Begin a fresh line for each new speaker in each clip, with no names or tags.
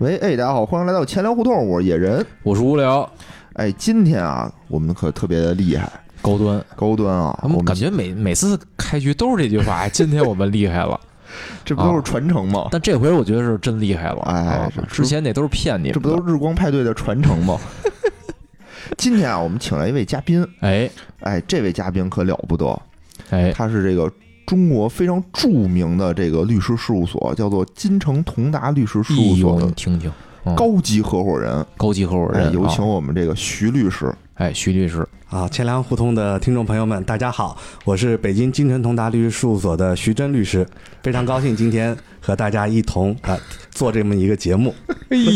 喂，哎，大家好，欢迎来到钱粮胡同，我是野人。
我是无聊
哎，今天啊，我们可特别的厉害，
高端，
高端啊，
我
我
们
们
感觉每每次开局都是这句话，哎，今天我们厉害了，
这不都
啊
是传承吗？
但这回我觉得是真厉害了，
哎
啊
这不
之前那都是骗你们的，
这不都是日光派对的传承吗？ 今天啊，我们请来一位嘉宾，
哎
哎，这位嘉宾可了不得，
哎，
他是这个中国非常著名的这个律师事务所，叫做金城同达律师事务所
哎呦，你
的
听听，嗯
高级合伙人。
高级合伙
哎
人，
有请
啊
我们这个徐律师。
哎，徐律师，
啊，钱粮胡同的听众朋友们，大家好，我是北京金城同达律师事务所的徐真律师，非常高兴今天和大家一同啊、做这么一个节目，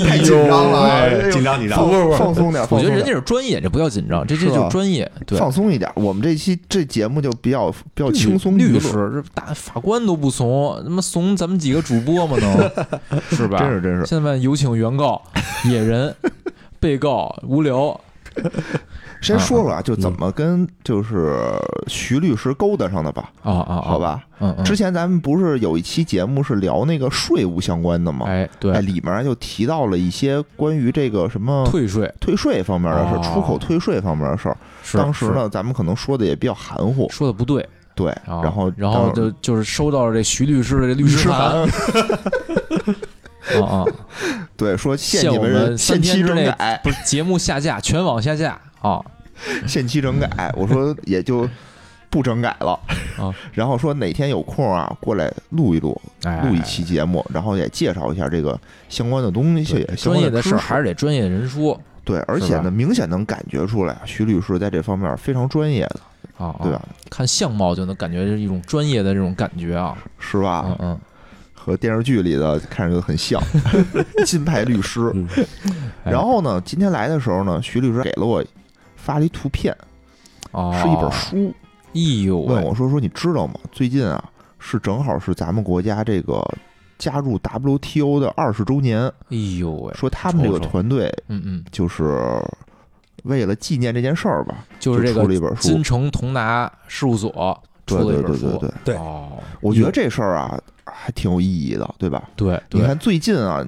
太紧张了啊，
哎紧张紧张
放，放松点，放
我觉
松
得人
点
家是专业，这不叫紧张，这这
是吧
就是专业，对，
放松一点。我们这期这节目就比较比较
律
轻松
律
娱乐，
师这大法官都不怂，他妈怂咱们几个主播吗？ 能是吧？嗯
真是真是。
现在有请原告、野人、被告、无聊，
先说说啊，就怎么跟就是徐律师勾搭上的吧，
啊啊，啊
好，吧？
嗯嗯，
之前咱们不是有一期节目是聊那个税务相关的吗？
哎，
哎，
对，
里面就提到了一些关于这个什么
退税
退税方面的事儿，
哦
出口退税方面的事儿。
是
当时
是
呢，咱们可能说的也比较含糊，
说的不对，
对。
啊
然后
然后就就是收到了这徐律师的这律
律师
函，
函，
啊啊，
对，说限
限
你
我
人
们
限
三
期
天之
整
内
改，
不是节目下架，全网下架啊，
限期整改，我 说也就不整改了
啊。
然后说哪天有空啊，过来录一录，
哎，
录一期节目，然后也介绍一下这个相关的东西
对，
相
专
关
业的
知识
事儿还是得专业人说
对，而且
是
呢，
吧
明显能感觉出来，徐律师在这方面非常专业的，
啊，啊
对吧？？
看相貌就能感觉是一种专业的这种感觉啊，
是吧
嗯？嗯，
和电视剧里的看着就很 像，金牌律师。
嗯，
哎
然后呢，今天来的时候呢，徐律师给了我发了一图片，
哦，
是一本，书，
哎呦喂，
问我说说你知道吗？最近啊，是正好是咱们国家这个加入 WTO 的二十周年，
哎呦喂，
说他们这个
瞅瞅
团队
嗯嗯，
就是为了纪念这件事儿吧，
就是这
就出了一
个
本书
金城同达事务所出
对
了
对
一本
对对，
书
对，
对
哦，
我觉得这事儿啊还挺有意义的，对吧？
对
你
对
看最近啊，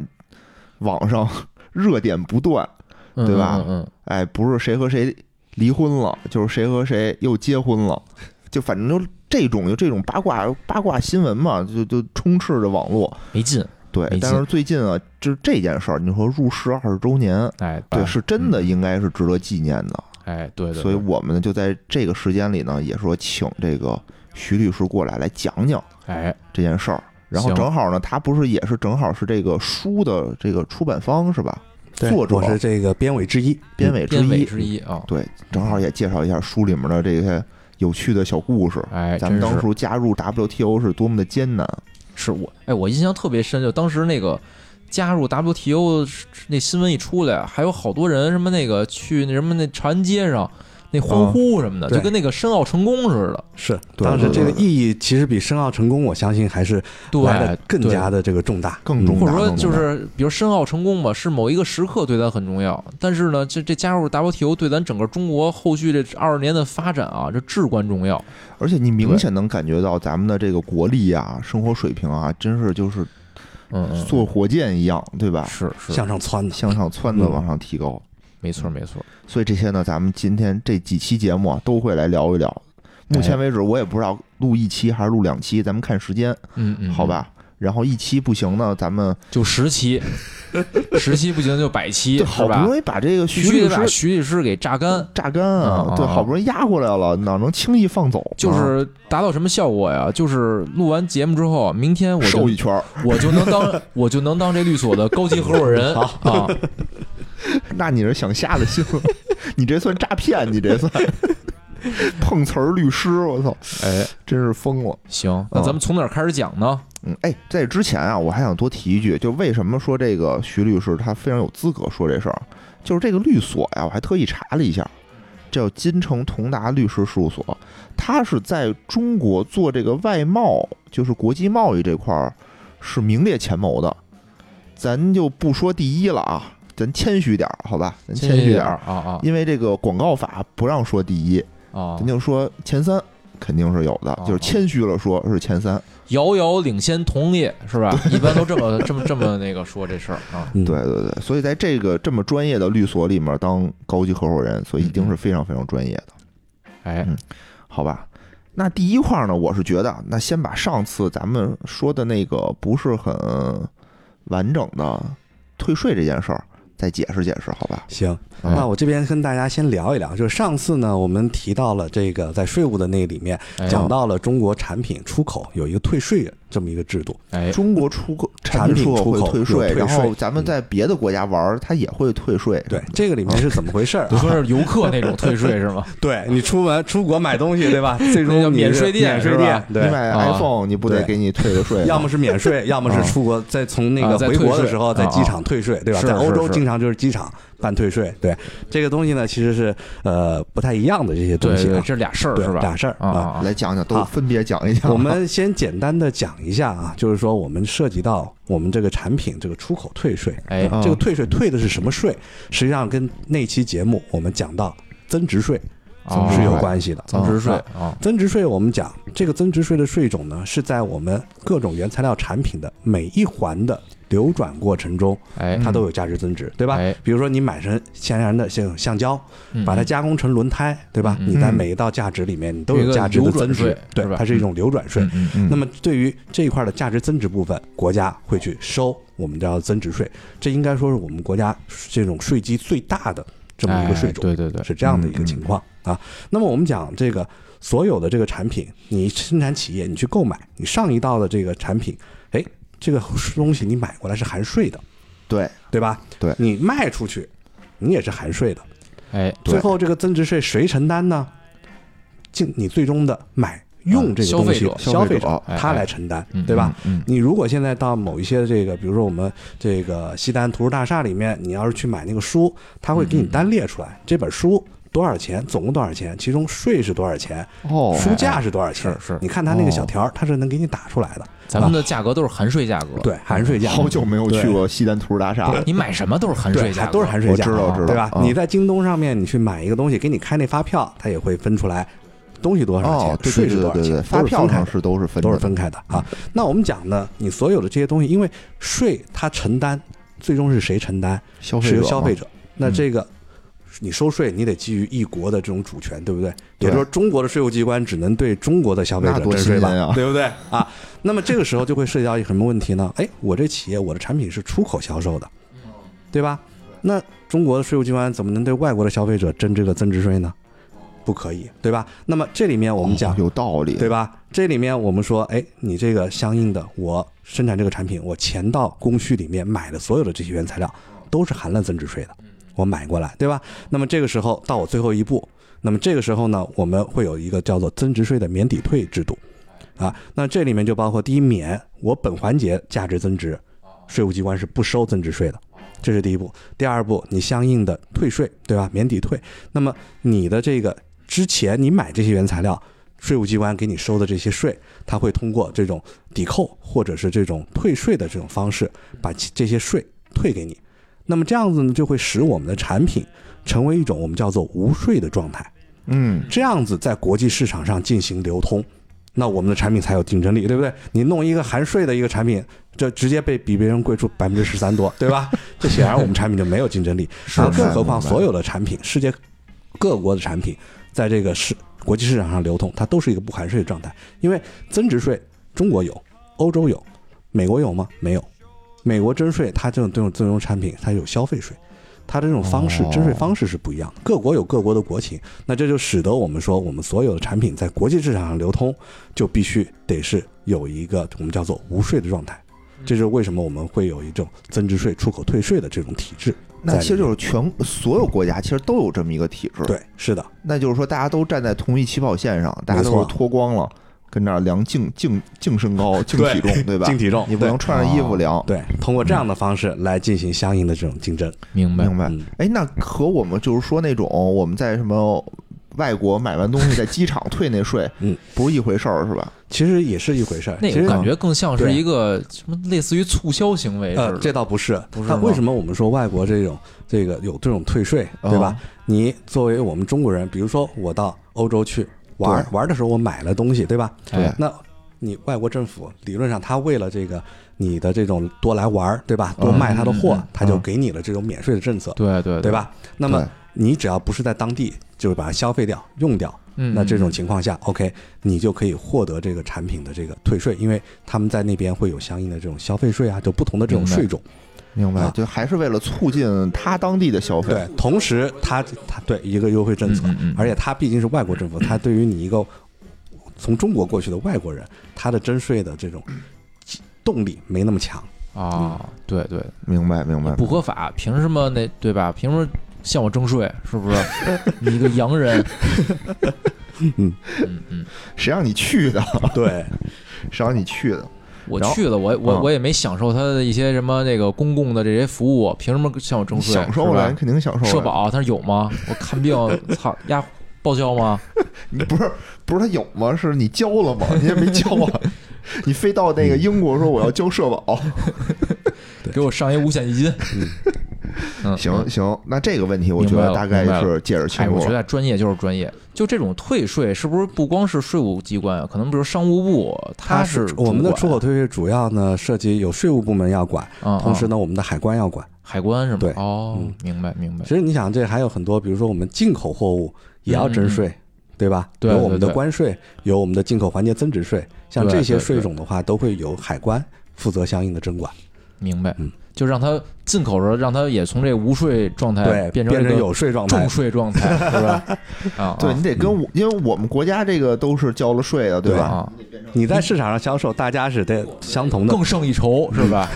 网上 热点不断，
嗯
对吧
嗯嗯，嗯
哎，不是谁和谁离婚了，就是谁和谁又结婚了，就反正就这种就这种八卦八卦新闻嘛，就就充斥着网络。
没劲，
对
没，
但
劲
是最近啊，就是这件事儿，你说入世二十周年，
哎，
对，
哎
是真的，应该是值得纪念的。
嗯哎，对对，
所以
对
我们呢就在这个时间里呢，也说请这个徐律师过来来讲讲
哎，
这件事儿。然后
行
正好呢，他不是也是正好是这个书的这个出版方是吧？
对
作者
我是这个编委之一，
编委之
编委
一，
之一啊，
对，正好也介绍一下书里面的这些有趣的小故事。
哎，
咱们
真
当
是
初加入 WTO 是多么的艰难，
是我，哎，我印象特别深，就当时那个加入 WTO 那新闻一出来，还有好多人什么那个去那什么那长安街上那
嗯
欢呼什么的，
对
就跟那个申奥成功似的。
嗯是
对
当时
对
这个
对
意义其实比申奥成功，我相信还是来
对
的，更
对
加的这个重大，嗯
更重
或者
大
说
更
就
重
是，比如申奥成功吧，是某一个时刻对咱很重要，但是呢，这这加入 WTO 对咱整个中国后续这二十年的发展啊，这至关重要。
而且你明显能感觉到咱们的这个国力啊、生活水平啊，真是就是
嗯嗯，
坐火箭一样，对吧？
是是，
向上窜的。
向上窜的往上提高。
没错没错，
所以这些呢，咱们今天这几期节目啊，都会来聊一聊。
哎
目前为止，我也不知道录一期还是录两期，咱们看时间，
嗯嗯，
好，吧？然后一期不行呢，咱们
就十 期，十期不行就百期，
对好
是
不
吧？
容易把这个
必
徐
须
律
得把
师
徐律师给榨干，
榨干啊
嗯，
对，
嗯
好不容易压过来了，哪能轻易放走？啊
就是达到什么效果呀？就是录完节目之后，明天
啊
我
瘦
就
一圈 儿，
我就能 当我就能当这律所的高级合伙人啊！
那你是想下了心了？ 你这算诈骗，你 这算碰瓷儿律师，我操，
哎，
真是疯了。
嗯
行，那咱们从哪儿开始讲呢？
嗯，哎，在这之前啊，我还想多提一句，就为什么说这个徐律师他非常有资格说这事儿，就是这个律所呀，我还特意查了一下，叫金城同达律师事务所，它是在中国做这个外贸，就是国际贸易这块儿是名列前茅的，咱就不说第一了啊，咱谦虚点儿，好吧，咱谦
谦虚
虚点
点儿
儿，
啊
因为这个广告法不让说第一，
啊啊
咱！就说前三，肯定是有的，就是谦虚了说是前三。
遥遥领先同列是吧？一般都这么 这么这么那个说这事儿啊。
嗯
对对对，所以在这个这么专业的律所里面当高级合伙人，所以一定是非常非常专业的，
哎，
嗯好吧？那第一块呢，我是觉得，那先把上次咱们说的那个不是很完整的退税这件事儿再解释解释，好吧？
行，
嗯
那我这边跟大家先聊一聊，就是上次呢，我们提到了这个在税务的那里面
哎
讲到了中国产品出口有一个退税这么一个制度，
哎，
中国出口
产品
出口
出口
会退
有
税，
退
然
税
后咱嗯们在别的国家玩儿，它也会退税。
对，这个里面是怎么回事儿、啊
就说是游客那种退税是吗？
对你出门出国买东西，对 吧？
那
最
叫
终你
免
是
税店
免税
是吧
店，
你
对，
买
啊
iPhone，你不得
对
给你退个税吗？
要么是 免税，要么是出国再从那
啊
个
再
回
退
国的
税
时候在
啊
机场退税，对吧？
是
在欧
是
洲
是
经常就是机场办退税，对这个东西呢，其实是呃不太一样的这些 东西啊，
这俩事儿
对
是吧？
俩事儿
啊
啊。
啊，
来讲讲，都
好
分别讲一讲。
我们先简单的讲一下啊，就是说我们涉及到我们这个产品这个出口退税，
哎
啊
这个退税退的是什么税？实际上跟那期节目我们讲到增值税
啊
总
是有
哦
关系的。
增值税
啊
啊，
增值税我们讲这个增值税的税种呢，是在我们各种原材料产品的每一环的流转过程中，
哎，
它都有价值增值，对吧
哎？
比如说你买成天然的像橡胶，
嗯
把它加工成轮胎，对吧？
嗯
你在每一道价值里面，你都有价值的增
有一
值
个流转，税
对
是吧，
它是一种流转税。
嗯
嗯
那么对于这一块的价值增值部分，国家会去收我们叫增值税，这应该说是我们国家这种税基最大的这么一个税种。
哎对对对，嗯
是这样的一个情况、啊。那么我们讲这个所有的这个产品，你生产企业你去购买，你上一道的这个产品，哎，这个东西你买过来是含税的，
对，
对吧？
对
你卖出去，你也是含税的。
哎，
对
最后这个增值税谁承担呢？进你最终的买用这个东西，
啊消费者
消费
消
者
费
者
他来承担
嗯，
对吧？
嗯
你如果现在到某一些这个，比如说我们这个西单图书大厦里面，你要是去买那个书，它会给你单列出来、这本书多少钱，总共多少钱，其中税是多少钱，
哦，
书价是多少钱。
是是
你看它那个小条儿，它是能给你打出来的。
咱们的价格都是含税价格，嗯
啊对含税价，
哦好久没有去
对
过西单图书大厦了。
你买什么都是含
对，
税
还
价格，
都是含税价，
我知道知道
对吧
啊？
你在京东上面你去买一个东西，给你开那发票，它也会分出来东西多少钱
哦，，对
税
对
是
对
多
对
少
对
钱
对，，发
都是
票
分开
上
的
是都是分
都是
的，
分开的啊。那我们讲呢，你所有的这些东西，因为税它承担，最终是谁承担？
消费者
是由
嘛嗯
消费者。那这个你收税，你得基于一国的这种主权，对不对？也就是说，中国的税务机关只能对中国的消费
那
者
多
征税
新鲜
吧
呀，
对不对啊？那么这个时候就会涉及到一个什么问题呢？哎，我这企业我的产品是出口销售的，对吧？那中国的税务机关怎么能对外国的消费者征这个增值税呢？不可以，对吧？那么这里面我们讲
哦有道理，
对吧？这里面我们说，哎，你这个相应的，我生产这个产品，我前到工序里面买的所有的这些原材料，都是含了增值税的，我买过来，对吧？那么这个时候到我最后一步，那么这个时候呢，我们会有一个叫做增值税的免抵退制度，啊，那这里面就包括第一免，我本环节价值增值，税务机关是不收增值税的。这是第一步，第二步，你相应的退税，对吧？免抵退。那么你的这个之前你买这些原材料，税务机关给你收的这些税，它会通过这种抵扣或者是这种退税的这种方式，把其这些税退给你。那么这样子呢，就会使我们的产品成为一种我们叫做无税的状态。
嗯，
这样子在国际市场上进行流通，那我们的产品才有竞争力，对不对？你弄一个含税的一个产品，这直接被比别人贵出百分之十三多，对吧？这显然我们产品就没有竞争力。
是
啊更何
明白
况所有的产品，世界各国的产品在这个市国际市场上流通，它都是一个不含税的状态。因为增值税，中国有，欧洲有，美国有吗？没有。美国征税，它这种这种这种产品，它有消费税，它的这种方式
哦
征税方式是不一样的。各国有各国的国情，那这就使得我们说，我们所有的产品在国际市场上流通，就必须得是有一个我们叫做无税的状态。这就是为什么我们会有一种增值税、出口退税的这种体制在里面。
那其实就是全 所有国家其实都有这么一个体制，
对，是哦的，
那就是说大家都站在同一起跑线上，大家都
没
是
错
脱光了，跟那儿量净净净身高、净体重，对吧？
体重
你不能穿上衣服量。
对，对通过这样的方式来进行相应的这种竞争。
明白
明白
嗯？
哎，那和我们就是说那种我们在什么外国买完东西在机场退那税，
嗯，
不是一回事儿，是吧？
其实也是一回事儿。
那
其实
个感觉更像是
对
一个什么类似于促销行为
呃，
似
这
的，
倒不是，
不是
那
吗
为什么我们说外国这种哦这个有这种退税，对吧？你作为我们中国人，比如说我到欧洲去，玩儿
对
玩儿的时候我买了东西，对吧？
对
哎
那你外国政府理论上他为了这个你的这种多来玩儿，对吧？多卖他的货，
嗯嗯嗯
他就给你了这种免税的政策，
对对
对？吧？那么你只要不是在当地，就是把它消费掉、用掉，
嗯，
那这种
嗯
情况下，OK，你就可以获得这个产品的这个退税，因为他们在那边会有相应的这种消费税啊，就不同的这种
明白
税种。
明白
啊，
就还是为了促进他当地的消费。
对，同时它它对一个优惠政策，
嗯嗯嗯
而且它毕竟是外国政府，它对于你一个从中国过去的外国人，它的征税的这种动力没那么强。
啊，对对，
明白明白。
不合法，凭什么那对吧？凭什么向我征税？是不是？ 你一个洋 人，
嗯
嗯嗯，
谁让你去 的？
哦
对，
谁让你去的？
我
然后
去了，我我
嗯
我也没享受他的一些什么那个公共的这些服务，凭什么向我征
你
税？
享受
是吧
了，你肯定享受
社
了。
保，但啊是有吗？我看病，操呀，报销 吗？
你不是不是他有吗？是你交了 吗？你也没交啊，你非到那
嗯
个英国说我要交社 保。
给我上一五险一金。 嗯，
行行，那这个问题我觉
明白
得
了
大概
明白了
是解释清
哎，我
楚
觉
了。
得专业就是专业。就这种退税，是不是不光是税务机关啊？可能比如商务部，它是
我们的
主
出
管
口退税主要呢涉及有税务部门要管，
嗯
同时
嗯
呢我们的海关要管。
海关是吗？
对
哦
嗯，
明白明白
其。实你想，这还有很多，比如说我们进口货物也要征税。对吧？
嗯对
有我们的
对对
关税，有我们的进口环节增值税，像这
对
些
对
税种的话，都会由海关负责相应的征管。
明白
嗯，
就让它进口时候，让它也从这无税状态
对，
变成
变
一
成
个
有税状态
重，税状态，是 吧？啊，
对
啊
你得跟我，因为我们国家这个都是交了税的，对
对
吧？
啊，
你在市场上销售，大家是得相同的。
更胜一筹，
嗯
是吧？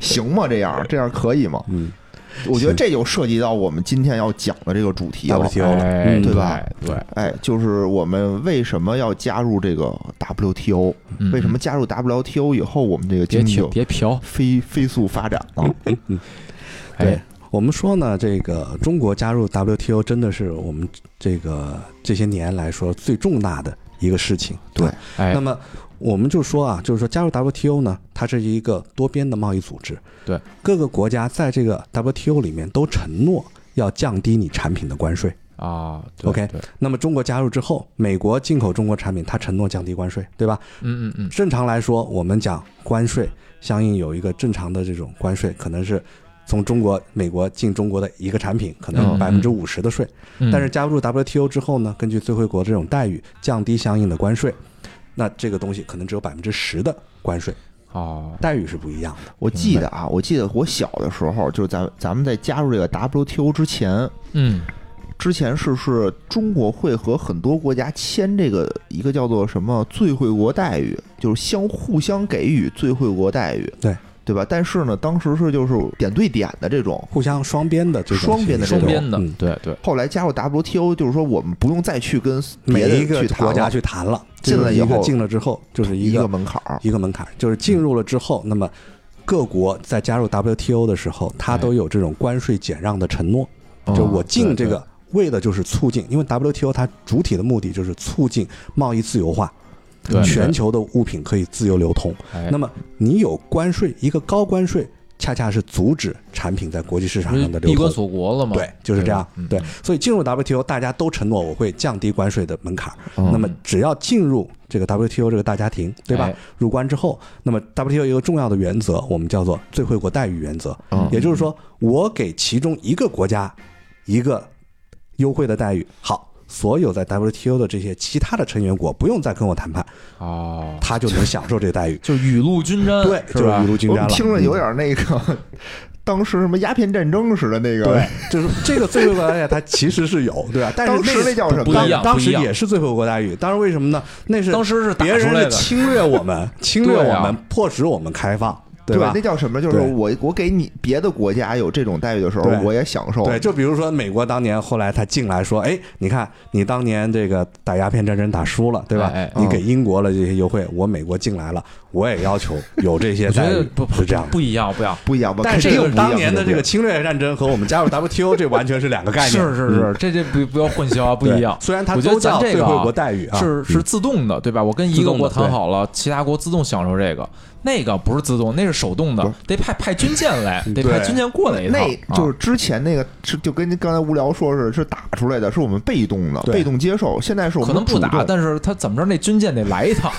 行吗？这样这样可以吗？
嗯，
我觉得这就涉及到我们今天要讲的这个主题了。
WTO 有了
哎
嗯
对吧？
对，
哎，就是我们为什么要加入这个 WTO？
嗯
为什么加入 WTO 以后，我们这个
别
经济
挑
就
别嗯嫖？
飞飞速发展了？
对
哎，。
我们说呢，这个中国加入 WTO 真的是我们这个这些年来说最重大的一个事情。
对
哎
那，么我们就说啊，就是说加入 WTO 呢，它是一个多边的贸易组织。
对，
各个国家在这个 WTO 里面都承诺要降低你产品的关税。
啊对
OK
对
那么中国加入之后，美国进口中国产品，它承诺降低关税，对吧？
嗯嗯嗯，
正常来说，我们讲关税，相应有一个正常的这种关税，可能是从中国、美国进中国的一个产品，可能
嗯
百分之五十的税。
嗯
但是加入 WTO 之后呢，根据最惠国这种待遇，降低相应的关税，那这个东西可能只有百分之十的关税，
哦，
待遇是不一样的。
我记得啊，我记得我小的时候，就是咱咱们在加入这个 WTO 之前，
嗯，
之前是是中国会和很多国家签这个一个叫做什么最惠国待遇，就是相互相给予最惠国待遇，
对
对吧？但是呢，当时是就是点对点的这种。
互相双边的这种
双边的
形
双
式
边的
嗯，
对对，
后来加入 WTO，就是说我们不用再去跟别
每
的
一个
去谈
国家
了
去谈了，
进来以后
这个一个进了之后就是
一
一
个
个
门槛儿，
一个门槛，就是进入了之后，那么各国在加入 WTO 的时候，它都有这种关税减让的承诺，
嗯
就我进这
对
个为的就是促进，因为 WTO 它主体的目的就是促进贸易自由化，
对
全球的物品可以自由流通。
哎
那么你有关税，一个高关税，恰恰是阻止产品在国际市场上的
闭
流
关
通。
锁嗯国了嘛？
对，就是这样
吧嗯。
对
嗯，
所以进入 WTO，大家都承诺我会降低关税的门槛。
嗯
那么只要进入这个 WTO 这个大家庭，对吧
哎？
入关之后，那么 WTO 一个重要的原则，我们叫做最惠国待遇原则
嗯，
也就是说，我给其中一个国家一个优惠的待遇，好。所有在 WTO 的这些其他的成员国不用再跟我谈判，
哦，。
他就能享受这个待遇
就雨露均沾，
对，就是
吧
雨？露均
我
沾
们
了。
听着
嗯
有点那个当时什么鸦片战争似的那个，
对，就是这个最惠国待遇，它其实是有，对吧？但是
当时
那
那叫什么
不一样
当当
不一
时
样
也是最惠国待遇，当时为什么呢？那是
当时是打
别
出
人
来
是
的，
侵略 我们，侵略
对
我
啊
们，迫使我们开放，
对
吧
那？叫什么？就是
对
我我给你别的国家有这种待遇的时候
对，
我也享受。
对，就比如说美国当年后来他进来说，哎，你看你当年这个打鸦片战争打输了，对吧
哎哎？
你给英国了这些优惠，我美国进来了，我也要求有这些
我觉
待
得
遇
不，
是这样的。
不一样，不一样。
不一样吧？
但是
肯定
这
不一
个
样
当年的
肯定
这
不
个
一样
侵略战争和我们加入 WTO 这完全是两个概念，
是
嗯
是是，这这不不要混淆啊，不一样
对。虽然它
我觉得
都
咱
叫
这
最
个
惠国
啊
待遇啊，
是是自动的，对吧？我跟一个国
自动的
谈好了，其他国自动享受这个。那个不是自动，那是手动的
不，
得派派军舰来，得
对
派军舰过来一趟。
那
啊
就是之前那个是就跟您刚才无聊说是是打出来的，是我们被动的，
对
被动接受。现在是我
可
们
能不
主
打，
动
但是他怎么着那军舰得来一 趟，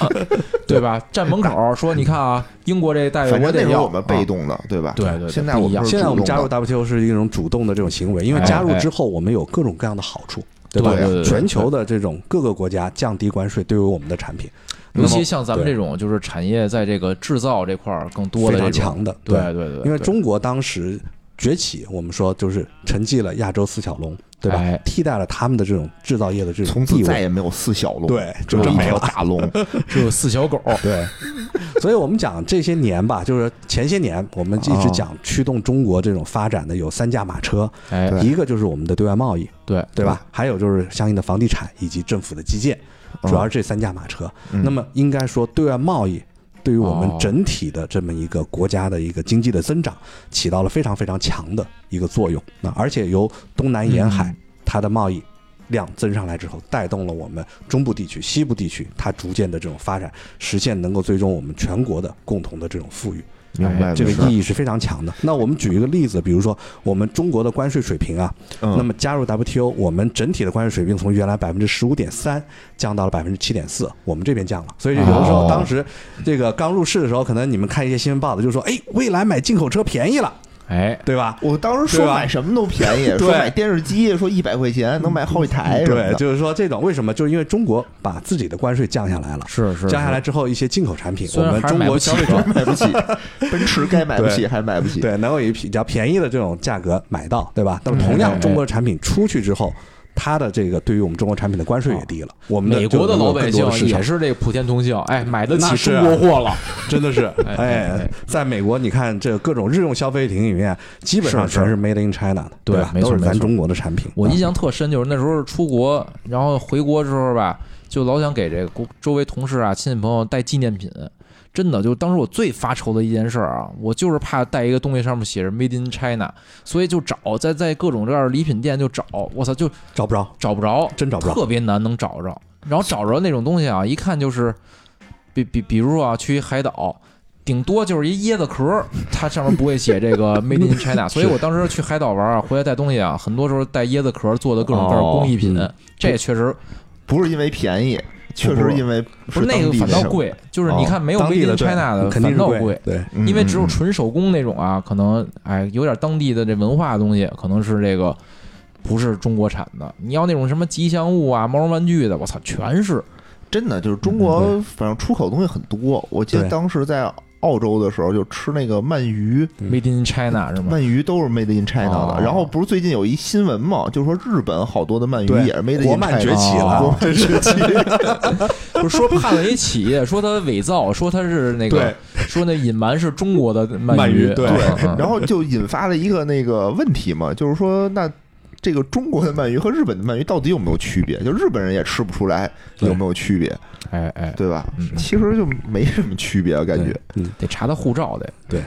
对吧？站门口说，你看啊，英国这待遇
反
我
正
得
那时
要。
候我们被
啊
动的，对吧？
对对对
现在我
不
们
一样
是
现在我们
主
加入
动的
WTO 是一种主动的这种行为，因为
哎
加入
哎
之后，我们有各种各样的好处，对吧
对对对？对
全球的这种各个国家降低关税对于我们的产品，那
尤
么
其像咱们
对
这种就是产业在这个制造这块儿更多
非
的这种，
常强的，
对对对，
因为
对
中国当时崛起，我们说就是承继了亚洲四小龙，对吧
哎？
替代了他们的这种制造业的这种
从
地
此
位
再，也没有四小龙，
对
只
就
有
真
一
没
条
了
大 龙。
只有四小狗，
对，所以我们讲这些年吧，就是前些年我们
哦
一直讲驱动中国这种发展的有三驾马车，
哎，
对
一个就是我们的对外贸易，
对
对吧？还有就是相应的房地产以及政府的基建，
嗯
主要是这三驾马车。
嗯
那么应该说，对外贸易对于我们
哦
整体的这么一个国家的一个经济的增长，起到了非常非常强的一个作用。那而且由东南沿海
嗯
它的贸易。量增上来之后，带动了我们中部地区、西部地区它逐渐的这种发展，实现能够最终我们全国的共同的这种富裕。
明白了
哎这个
是
意义是非常强的。那我们举一个例子，比如说我们中国的关税水平啊，
嗯
那么加入 WTO，我们整体的关税水平从原来百分之十五点三降到了百分之七点四，我们这边降了。所以有的时候，
哦
当时这个刚入市的时候，可能你们看一些新闻报道，就说，哎，蔚来买进口车便宜了，
哎，
对吧？
我当时说
对吧
买什么都便宜，说
对
买电视机说一百块钱能买好几台什么
对，
的，
就是说这种为什么？就是因为中国把自己的关税降下来了，
是是
降下来，之后，一些进口产品，
虽
我
然
们
还是
中
买不
国
起
消费者
买不起，奔驰该买不起
对
还买不起。
对，能够以比较便宜的这种价格买到，对吧？那么
嗯
同
哎
样，中国的产品出去之后，它的这个对于我们中国产品的关税也低了，我们
美国的
的就
老
能够
百
更多
姓
的市
也
场
是这个普天同庆，哎，买得起
那是
中
啊
国货 了，
真的是，
哎哎
哎
哎，
在美国，你看这各种日用消费品里面，基本上
是是
全是 Made in China 的，
对
吧？
没错
都是
没
咱
错
中国的产品。
我印
啊
象特深，就是那时候出国，然后回国之后吧，就老想给这个国周围同事啊、亲戚朋友带纪念品。真的，就当时我最发愁的一件事儿啊，我就是怕带一个东西上面写着 “Made in China”，所以就找在在各种这样的礼品店就找，我操，就
找不着，
找不着，
真找不着。
特别难能找着。然后找着那种东西啊，一看就是，比比比如啊，去一海岛，顶多就是一椰子壳儿，它上面不会写这 个 Made in China。所以我当时去海岛玩啊，回来带东西啊，很多时候带椰子壳儿做的各种各样的工艺品，
哦嗯
这也确实
不是因为便宜，确
不
实
是
因为
不是那
当
个
地
反
的
倒
事儿，
贵，就是你看没有
哦当
Made
地
in
对
China 的
肯定
反
是
倒
贵，，对，
嗯
因为只有
嗯
纯手工那种啊，可能哎有点当地的这文化的东西，可能是这个不是中国产的。你要那种什么吉祥物啊、毛绒玩具的，我操，全是。
真的就是中
嗯
国，反正出口东西很多。我记得
对
当时在澳洲的时候，就吃那个鳗鱼，
嗯
Made in China 是吗？
鳗鱼都是 made in China
哦
的。然后不是最近有一新闻嘛，就说日本好多的鳗
对
鱼也是 made in
国漫
China 哦
崛起
啊
了，
国
真是崛起。
不是说判了一企业，说他伪造，说他是那个
对，
说那隐瞒是中国的鳗
鳗鱼
对
对
嗯
然后就引发了一个那个问题嘛，就是说那。这个中国的鳗鱼和日本的鳗鱼到底有没有区别？就日本人也吃不出来有没有区别，
哎哎，
对吧
嗯？
其实就没什么区别，啊感觉
对得查他护照得。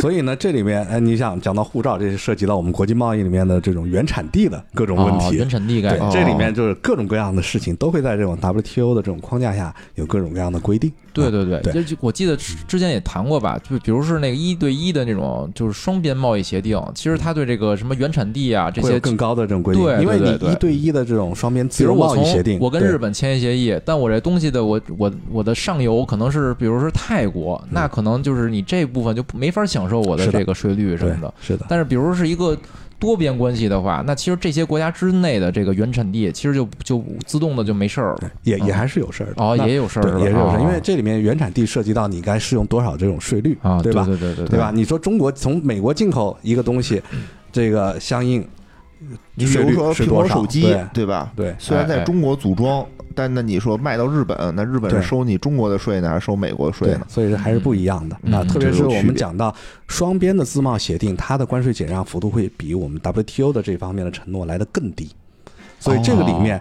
所以呢，这里面，哎，你想讲到护照，这是涉及到我们国际贸易里面的这种原产地的各种问
哦
题。
原产地概
对
念，，
这里面就是各种各样的事情都会在这种 WTO 的这种框架下有各种各样的规定。
对
啊
对对，
对
就就我记得之之前也谈过吧，就比如是那个一对一的那种，就是双边贸易协定，其实它对这个什么原产地啊这
会有
些，
更高的这种规定
对，对
因为
对
你
对
一对一的这种双边
比
自由
如我
贸易
从
协定，
我跟
对
日本签一协议，但我这东西的我我我的上游可能是比如说泰国，那可能就是你这部分就没法享受我的
嗯是的
这个税率什
对
么的。
是的，
但是，比如说是一个多边关系的话，那其实这些国家之内的这个原产地，其实就就自动的就没事儿了。
也也
嗯
还是有事儿的。
哦，
那
也有事儿
对
是吧，
也是有事
啊
儿，因为这里面原产地涉及到你该适用多少这种税率
啊，
对吧？
对对对
对吧？？你说中国从美国进口一个东西，这个相应
你比
税
如
率
说
是
苹
多
果
少
手机
对，
对吧？
对
虽然
哎
在
哎
中国组装，但那你说卖到日本，那日本是
对
收你中国的税呢，还是收美国的税
对
呢，？
所以还是不一样的。
嗯
那
嗯
特别
这
是
有
我
区
们
别
讲到双边的自贸协定，它的关税减让幅度会比我们 WTO 的这方面的承诺来的更低，所
哦
以这个里面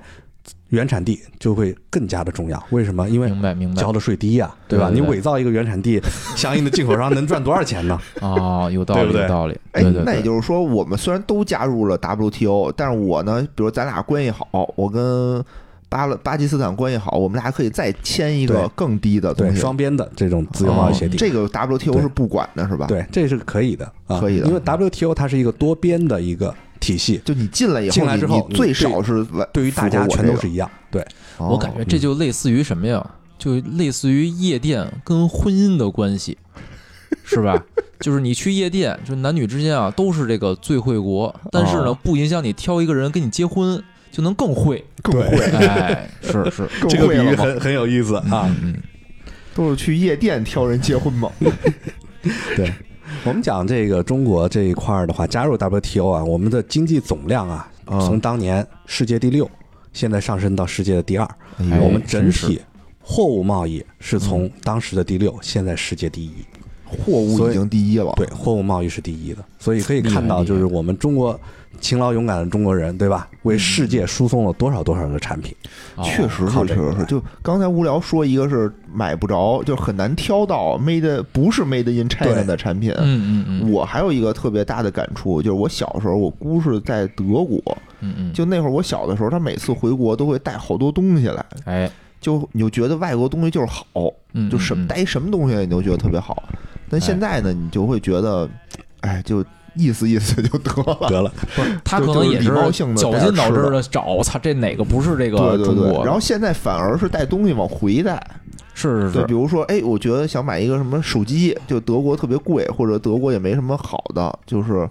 原产地就会更加的重要。为什么？因为
嗯明白明白
交的税低呀，
对
吧？
对
你
对
伪造一个原产地，相应的进口商能赚多少钱呢？
哦，有道
对
理
不对
有道理。
哎
对对，对，
那也就是说，我们虽然都加入了 WTO，但是我呢，比如咱俩关系好，我跟巴勒巴基斯坦关系好，我们俩可以再签一个
对
更低的
对
东西。
双边的这种自由贸易协定。
这个 WTO
对
是不管的，是吧？，
对，这是可以的啊，
可以的
因为 WTO 它是一个多边的一个体系，
就你进来以后，
进来之后嗯
你你最少是
对于大家全都是一样。对，
符合
我
我
感
这
觉
个。
哦嗯
这就类似于什么呀？就类似于夜店跟婚姻的关系，是吧？ 就是你去夜店，就男女之间啊都是这个最会国，但是呢
哦
不影响你挑一个人跟你结婚就能更 会。
更会，
哎，是是，
更
这个
会
比
了
喻
吗？嗯
很很有意思啊。
都是去夜店挑人结婚吗？
对，我们讲这个中国这一块儿的话，加入 WTO 啊，我们的经济总量啊，
嗯
从当年世界第六，现在上升到世界的第二。
哎
我们整
真是
体货物贸易是从
嗯
当时的第六，现在世界第一。
哎货物已经第一了，
对，货物贸易是第一的，所以可以看
厉害
到，
厉害
就是我们中国勤劳勇敢的中国人，对吧？为
嗯
世界输送了多少多少的产品。
哦
确实是，
靠
确
这个
实是。就刚才无聊说，一个是买不着，就很难挑到 made 不是 made in China
对
的产品。
嗯嗯嗯
我还有一个特别大的感触，就是我小时候，我姑是在德国，
嗯嗯，
就那会儿我小的时候，她每次回国都会带好多东西来，
哎，
就你就觉得外国东西就是好，
嗯
就什么
嗯嗯哎
带什么东西你都觉得特别好。但现在呢，你就会觉得，哎，就意思意思就得 了。
得了，
不是他
就
可能
就是
也
礼
是
貌性地
绞
带
尽
着
脑
吃
汁
吧
的找，我操，这哪个不是这个
对对
中国
对，
的？
然后现在反而是带东西往回带，
是是
对，
是
比，如说，哎，我觉得想买一个什么手机，就德国特别贵，或者德国也没什么好的，就是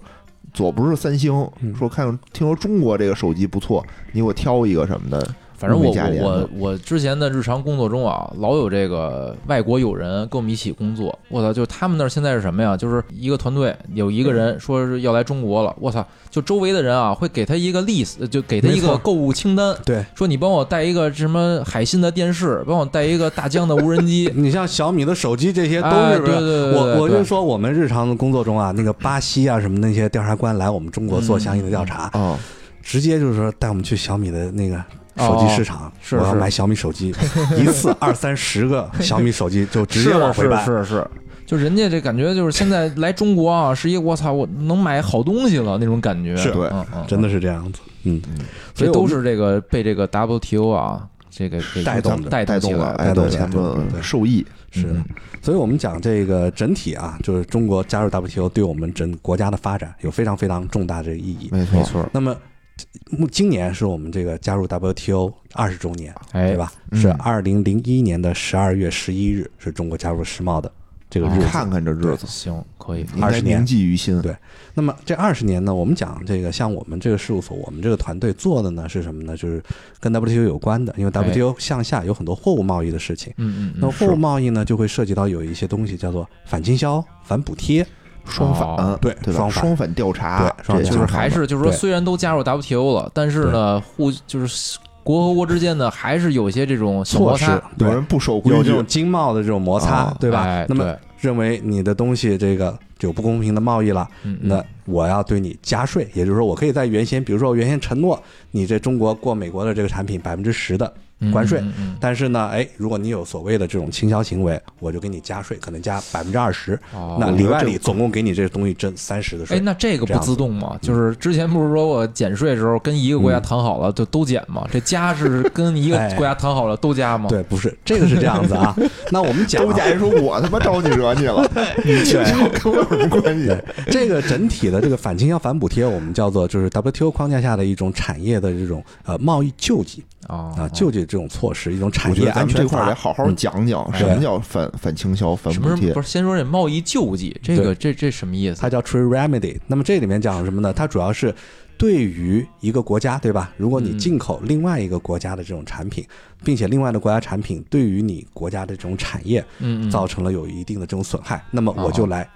左不是三星，
嗯
说看听说中国这个手机不错，你给我挑一个什么的，
反正我
物美价廉
我
的
我我之前的日常工作中啊，老有这个外国友人跟我们一起工作。我操，就他们那儿现在是什么呀？就是一个团队有一个人说是要来中国了，我操，就周围的人啊会给他一个 list，就给他一
没
个
错
购物清单，
对
说你帮我带一个什么海信的电视，帮我带一个大疆的无 人机。
你像小米的手机这些都
哎
是不是
对对对对
我我
对
就说我们日常的工作中啊，那个巴西啊什么那些调查官来我们中国
嗯
做相应的调查，
啊、
直接就是说带我们去小米的那个。手机市场，
哦是
我要
是
买小米手 机，一次二三十个小米手机就直接往回
是
搬，
是是是，就人家这感觉就是现在来中国啊，是一个我操，我能买好东西了那种感觉。
是
对
嗯嗯，
真的是这样子。嗯，所
这
以我
都
们
是这个被这个 WTO 啊，这个给
带动的
带
带
起
动了，
来
哎，
带动
对
起来
咱们
对
受益，
是的
嗯，
所以我们讲这个整体啊，就是中国加入 WTO 对我们整个国家的发展有非常非常重大的意义。
没错，
错，
那么，目今年是我们这个加入 WTO 二十周年，
哎
对，吧？
嗯
是二零零一年的十二月十一日，是中国加入世贸的这个日
你
子。
啊
看看这日子，
行，可以，
应该
20年
铭记于心，
对那么这二十年呢，我们讲这个像我们这个事务所，我们这个团队做的呢是什么呢？就是跟 WTO 有关的，因为
哎
WTO 向下有很多货物贸易的事情。
嗯嗯
那
嗯，
货物贸易呢，就会涉及到有一些东西叫做反倾销、反补贴，
双
哦
反，啊
对
对吧？
双反
双反调查，
对
这
双
就是
就
反
是
还是就是说，
对
虽然都加入 WTO 了，但是呢，互就是国和国之间呢，还是有些这种小摩
措施
擦，，
有
对，
人不守
有
规
这
矩
种，经贸的这种摩擦
哦，
对吧
哎？
那么
对
认为你的东西这个有不公平的贸易了，
嗯，嗯
那我要对你加税，也就是说，我可以在原先，比如说我原先承诺你这中国过美国的这个产品百分之十的关税，
嗯嗯嗯
但是呢，哎，如果你有所谓的这种倾销行为，我就给你加税，可能加百分之二十，
哦
那里外里总共给你这个东西征三十的
哎
税，。
那这个
这
不
样嗯
自动吗？就是之前不是说我减税的时候跟一个国家谈好了就都减吗？这加是跟一个
哎
国家谈好了都加吗？
对，不是这个是这样 子啊。那我们讲
周
啊
家人说我他妈招你惹你了，
嗯
你这跟我有什么关系？
这个整体的这个反倾销、反补贴，我们叫做就是 WTO 框架下的一种产业的这种呃贸易救济
啊
啊，救济这种措施，一种
我
产
觉
业
得咱
安
们这
全嗯哎
块儿得
法。
好好讲讲什么叫反反倾销、反
什
补
么是
贴
不。是先说这贸易救济？这个这这什么意思？
它叫 True Remedy。那么这里面讲什么呢？它主要是对于一个国家，对吧？如果
嗯
你进口另外一个国家的这种产品，并且另外的国家产品对于你国家的这种产业
嗯哦嗯
造成了有一定的这种损害，那么我就来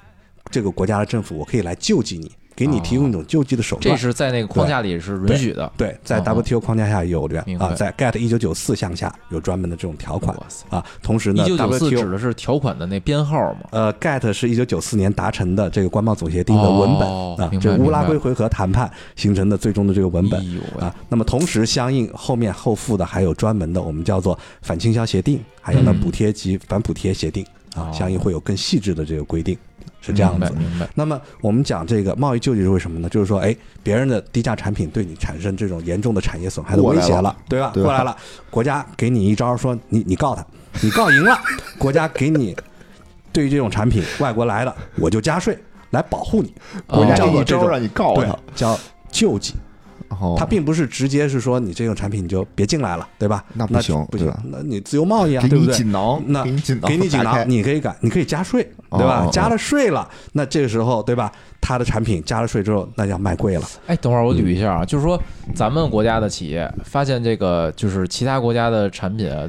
这个国家的政府，我可以来救济你，给你提供一种救济的手段
哦这。是在那个框架里是允许的。
对，在
哦
WTO 框架下有的
明白
啊，在 GATT 一九九四项下有专门的这种条款
哇塞，
啊。同时
一
呢
九九四指
，WTO
的是条款的那编号嘛？
呃 GATT 是一九九四年达成的这个关贸总协定的文本、
哦
啊
明，白
这乌拉
明白
圭回合谈判形成的最终的这个文
哎
本
呦喂
啊。那么同时相应后面后附的还有专门的我们叫做反倾销协定，还有呢
嗯
补贴及反补贴协定啊，
哦
相应会有更细致的这个规定。是这样子。
明白明白，
那么我们讲这个贸易救济是为什么呢？就是说，哎，别人的低价产品对你产生这种严重的产业损害的威胁
过来了
对吧？
对
过来了，国家给你一招说，你你告他，你告赢了，国家给你对于这种产品外国来的，我就加税来保护你，
国
哦
家
叫
给你
做哦这
招
种
让你告
对
他，，
叫救济。
哦，
它并不是直接是说你这种产品你就别进来了，对吧？
那
那
不行
不
对
行
吧，
那你自由贸易啊，
给
对不
你
对？
锦囊，
那
给你锦囊，
给你锦
打开
囊，你可以改，你可以加税，对吧
哦哦哦？
加了税了，那这个时候，对吧？它的产品加了税之后，那要卖贵了，
哎，等会儿我
嗯
捋一下啊，就是说咱们国家的企业发现这个就是其他国家的产品啊，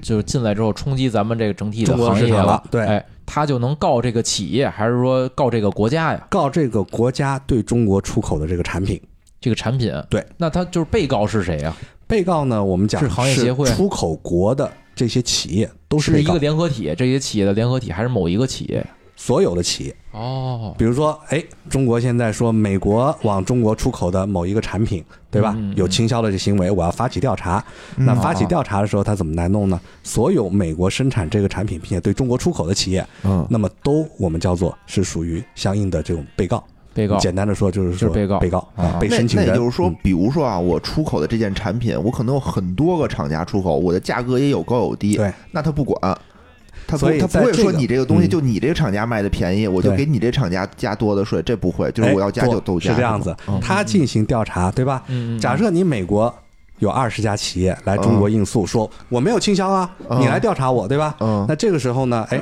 就是进来之后冲击咱们这个整体的
中国
行
市
业
场了对
哎，他就能告这个企业，还是说告这个国家呀？
告这个国家对中国出口的这个产品。
这个产品？
对，
那他就是被告是谁啊呀？
被告呢，我们讲
是行业协会
是出口国的这些企业都是
是
被
一
告
个，联合体，这些企业的联合体，还是某一个企业？
所有的企业。
哦，
比如说，哎，中国现在说美国往中国出口的某一个产品，对吧
嗯嗯？嗯
有倾销的这行为，我要发起调查。那发起调查的时候，他怎么来弄呢？所有美国生产这个产品并且对中国出口的企业，
嗯，
那么都我们叫做是属于相应的这种被告。
被告。
简单的说就是
就是
说
被告
被告
啊
啊，被申请
那
人。
那也就是说
嗯，，
比如说啊，我出口的这件产品，我可能有很多个厂家出口，我的价格也有高有低，
对，
那他不管，他不
所以
他不
在
会
这
说
个
你这个东西
嗯
就你这个厂家卖的便宜，我就
对
给你这厂家加多的税，这不会，就是我要加
哎
就
不
都加，嗯
是这样子。他进行调查，对吧？
嗯，嗯
假设你美国有二十家企业来中国应诉，说我没有倾销啊，
嗯
你来调查我，对吧？
嗯
那这个时候呢，哎，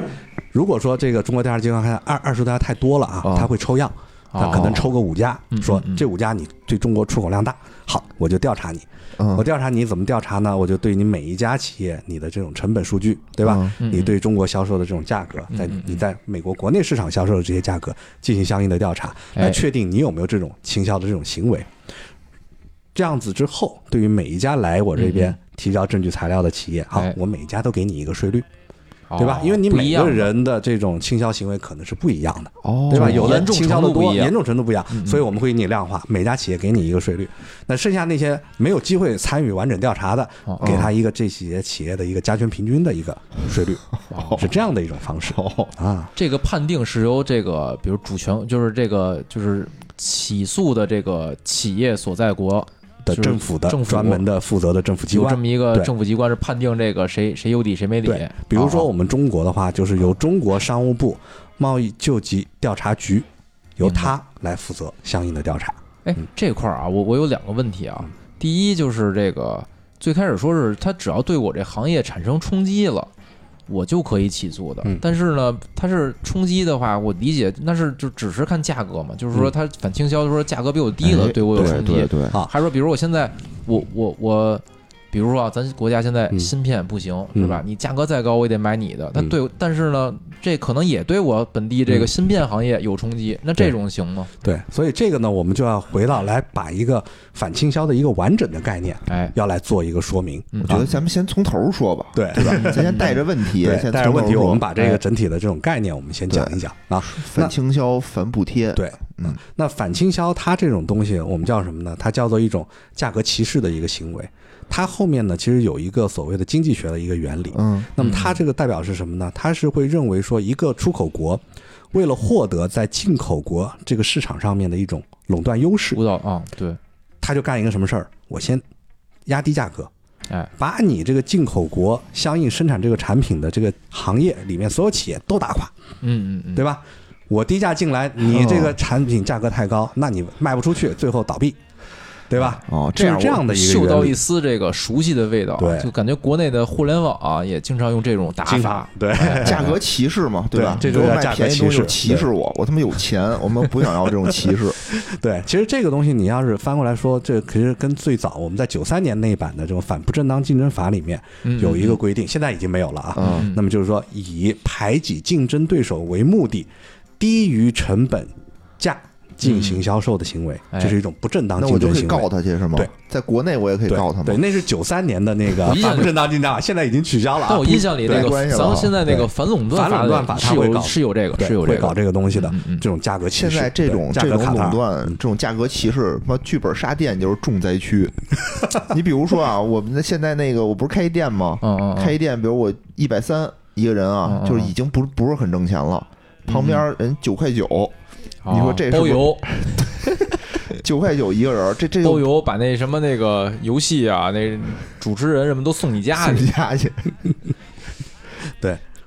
如果说这个中国调查机关看二二十家太多了
嗯
啊，他会抽样，
哦
他可能抽个五家
嗯，
说
嗯嗯
这五家你对中国出口量大，好，我就调查你。我
嗯，
调查你怎么调查呢？我就对你每一家企业你的这种成本数据，对吧？
嗯嗯嗯
你对中国销售的这种价格，在你在美国国内市场销售的这些价格进行相应的调查，
哎
来确定你有没有这种倾销的这种行为。这样子之后，对于每一家来我这边提交证据材料的企业，好
嗯哎，
我每一家都给你一个税率，
哦
对吧？因为你
不一
每
样
个
嘛
人的这种倾销行为可能是不一样的。
哦
对吧？
哦
有的
严重
倾销
程
的
度不
多，
一样嗯
严重程度不一样，所以我们会给你量化，每家企业给你一个税率。那剩下那些没有机会参与完整调查的
哦，
给他一个这些企业的一个加权平均的一个税率，
哦
是这样的一种方式啊。
这个判定是由这个，比如主权，就是这个就是起诉的这个企业所在国
的
就是
政府的
政府
专门的负责的政府机
有这
关
么，一个
对
政府机关是判定这个谁谁有理谁没理
对。比如说
哦
我们中国的话，就是由中国商务部贸易救济调查局，由
明白
他来负责相应的调查。
哎
嗯
这块儿啊，我我有两个问题啊
嗯。
第一就是这个最开始说是他只要对我这行业产生冲击了。我就可以起诉的
嗯，
但是呢，它是冲击的话，我理解那是就只是看价格嘛，就是说
嗯
它反倾销，就是说价格比我低了，
哎
对我有冲击。
对对，
啊
还是说，比如我现在，我我我，比如说啊，咱国家现在
嗯
芯片不行，
嗯
是吧？你价格再高，我也得买你的。但
嗯
对，但是呢，这可能也对我本地这个
嗯
芯片行业有冲击。那这种行吗？
对，哎所以这个呢，我们就要回到来把一个反倾销的一个完整的概念，
哎，
要来做一个说明。
嗯
我觉得咱们先从头说吧，
对
对吧？咱先带着问题，
对，
先
带着
从头
问题，
说哎
我们把这个整体的这种概念，我们先讲一讲啊。
反倾销、反补贴，
对，
嗯，
那反倾销它这种东西，我们叫什么呢？它叫做一种价格歧视的一个行为。它后面呢，其实有一个所谓的经济学的一个原理。
嗯
那么它这个代表是什么呢？它是会认为说，一个出口国为了获得在进口国这个市场上面的一种垄断优势，
舞蹈啊，对，
他就干一个什么事儿？我先压低价格，
哎，
把你这个进口国相应生产这个产品的这个行业里面所有企业都打垮。
嗯嗯嗯，
对吧？我低价进来，你这个产品价格太
嗯
高，那你卖不出去，最后倒闭，对吧？
哎
哦，
就是
样
这样的一个
嗅
原
到一
理，
丝这个熟悉的味道啊，
对
就感觉国内的互联网啊也经常用这种打
经
法
常。对
哎
价格歧视嘛，对吧？
对这就
你给我
叫
卖
价格
便宜东西
歧视
歧视我，我他妈有钱，我们不想要这种歧 视。
对。其实这个东西，你要是翻过来说，这其实跟最早我们在九三年那一版的这种反不正当竞争法里面
嗯
有一个规定，现在已经没有了啊。
嗯
那么就是说，以排挤竞争对手为目的，低于成本价进行销售的行为，
嗯哎
这是一种不正当
那
竞
我就
争
可以
行为。
告他去是吗？
对，
在国内我也可以
对
告他
对，
吗？
那是九三年的那个
我印象
反
里
不正当竞争法，现在已经取消了啊。
但我印象里
对
那个
关系了啊
咱们现在那个
对
反垄断
反垄断
法
法
里
它
是
会
有
搞
是有这个
对
是有
会
这
搞
个
这个东西的
嗯嗯嗯
这种价格歧
现
视。
在这种
对价
这
格
种
卡嗯
垄
塔
断、这种价格歧视，什么剧本杀店就是重灾 区。你比如说啊，我们的现在那个，我不是开一店吗？
嗯嗯嗯
开一店，比如我一百三一个人啊，
嗯嗯
就是已经不不是很挣钱了。旁边人九块九，
哦
你说这是不
包
是
邮，
九块九一个人，这这
包
就
邮把那什么那个游戏啊，那主持人什么都送你家
送
去。
家去，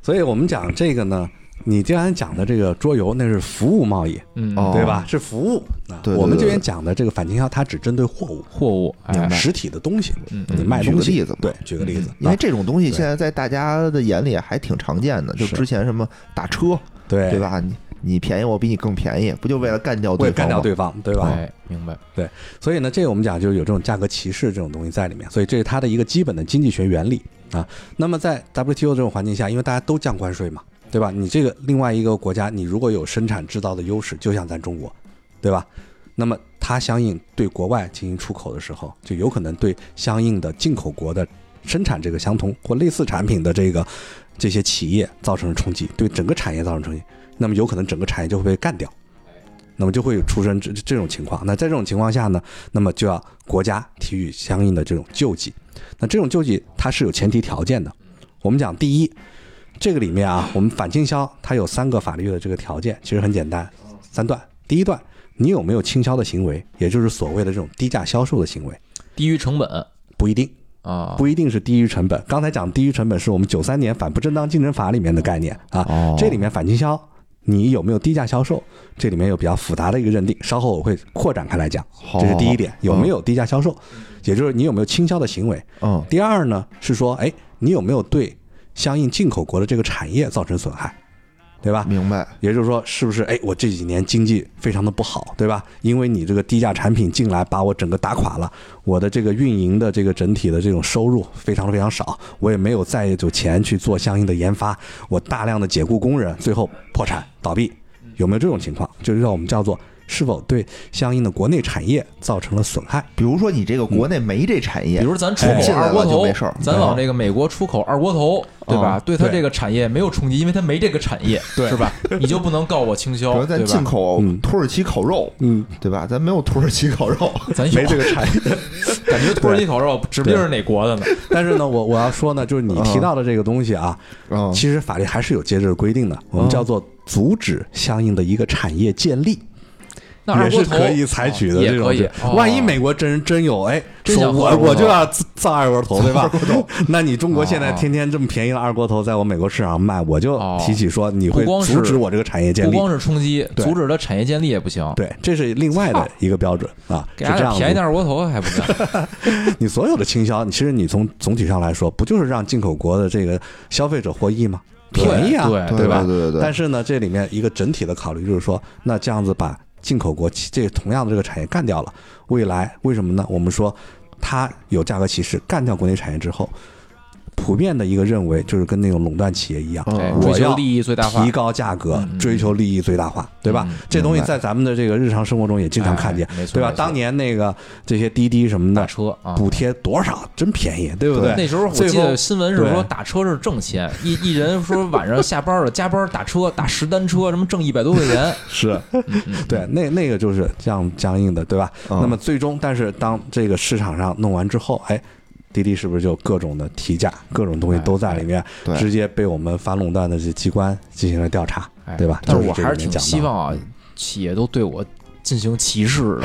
所以我们讲这个呢，你既然讲的这个桌游，那是服务贸易，
嗯，
哦
对吧？是服务啊。
对对对
我们这边讲的这个反倾销，它只针对货物，
货物，哎，
实体的东西，
嗯
你卖
举
东
个
西。
例子嘛嗯
对，举个例子，
因
啊
为这种东西
对
现在在大家的眼里还挺常见的，就是之前什么打车，
对
对？吧？你你便宜我比你更便宜，不就为了干掉
哎我
对
也
方
干掉
吗
对方，对吧？
哦
哎，明白。
所以呢，这个我们讲就是有这种价格歧视这种东西在里面，所以这是它的一个基本的经济学原理啊。那么在 WTO 这种环境下，因为大家都降关税嘛，对吧？你这个另外一个国家，你如果有生产制造的优势，就像咱中国，对吧？那么它相应对国外进行出口的时候，就有可能对相应的进口国的生产这个相同或类似产品的这个这些企业造成了冲击，对整个产业造成冲击，那么有可能整个产业就会被干掉。那么就会有出生这这种情况。那在这种情况下呢，那么就要国家给予相应的这种救济。那这种救济它是有前提条件的。我们讲第一，这个里面啊，我们反倾销它有三个法律的这个条件，其实很简单，三段。第一段，你有没有倾销的行为，也就是所谓的这种低价销售的行为，
低于成本
不一定，
啊，
不一定是低于成本。刚才讲低于成本是我们九三年反不正当竞争法里面的概念啊，
哦
这里面反倾销，你有没有低价销售？这里面有比较复杂的一个认定，稍后我会扩展开来讲。这是第一点，有没有低价销售，也就是你有没有倾销的行为。
嗯
第二呢是说，哎，你有没有对相应进口国的这个产业造成损害，对吧？
明白
也就是说，是不是哎，我这几年经济非常的不好，对吧？因为你这个低价产品进来，把我整个打垮了，我的这个运营的这个整体的这种收入非常非常少，我也没有再有钱去做相应的研发，我大量的解雇工人，最后破产倒闭，有没有这种情况？就是让我们叫做是否对相应的国内产业造成了损害？
比如说你这个国内没这产业，
嗯比如咱出
哎
口
进来
二锅
了就
头
没事儿，嗯哦
咱往这个美国出口二锅头，对吧？对它
对
这个产业没有冲击，因为它没这个产业，
对
是吧？你就不能告我倾
比
销，
如
对
咱进
吧？
口
嗯
土耳其烤肉，
嗯，
对吧？咱没有土耳其烤肉，
咱有
没这个产业。
感觉土耳其烤肉指不定是哪国的呢。
但是呢，我我要说呢，就是你提到的这个东西啊，
嗯，
其实法律还是有接着规定的，
嗯
我们叫做阻止相应的一个产业建立，
那二
也
锅
是
头啊
可以采取的
也
这种
可以哦
是。万一美国真真有哎，
真想
说
喝二
我
锅头
我就要造二锅头，对吧？ 那你中国现在天天这么便宜的二锅头在我美国市场卖，我就提起说你会
不光是
阻止我这个产业建
哦不
立。
光是冲击，
对
阻止它产业建立也不行。
对，这是另外的一个标准啊，
给
是
大
这
家
样
便宜
子
点。二锅头还不 行？
你所有的倾销，其实你从总体上来说，不就是让进口国的这个消费者获益吗？
对
便宜啊，
对
对
吧？
对对对，
但是呢，这里面一个整体的考虑就是说，那这样子把进口国其这同样的这个产业干掉了，未来为什么呢？我们说它有价格歧视，干掉国内产业之后，普遍的一个认为就是跟那种垄断企业一样，
哎
嗯
追
我
求
要
利益最大化
提，高价格
嗯嗯，
追求利益最大化，对吧
嗯？
这东西
明白
在咱们的这个日常生活中也经常看见
哎，没错
对吧
没？错
当年那个这些滴滴什么
打
的
车啊。
补贴多少，真便宜，对不对？
那时候我
最
记得
后
新闻是说
对
打车是挣钱，一一人说晚上下班了加班打车打十单车，什么挣一百多块钱。
是，对，
嗯
那那个就是这样僵硬的，对吧？
嗯
那么最终，但是当这个市场上弄完之后，哎，滴滴是不是就各种的提价，各种
哎
东西都在里面，
对
直接被我们反垄断的这机关进行了调查，
哎
对吧？
但是
就
我
这
还是
里
挺
面讲
希
到
望啊，企业都对我进行歧视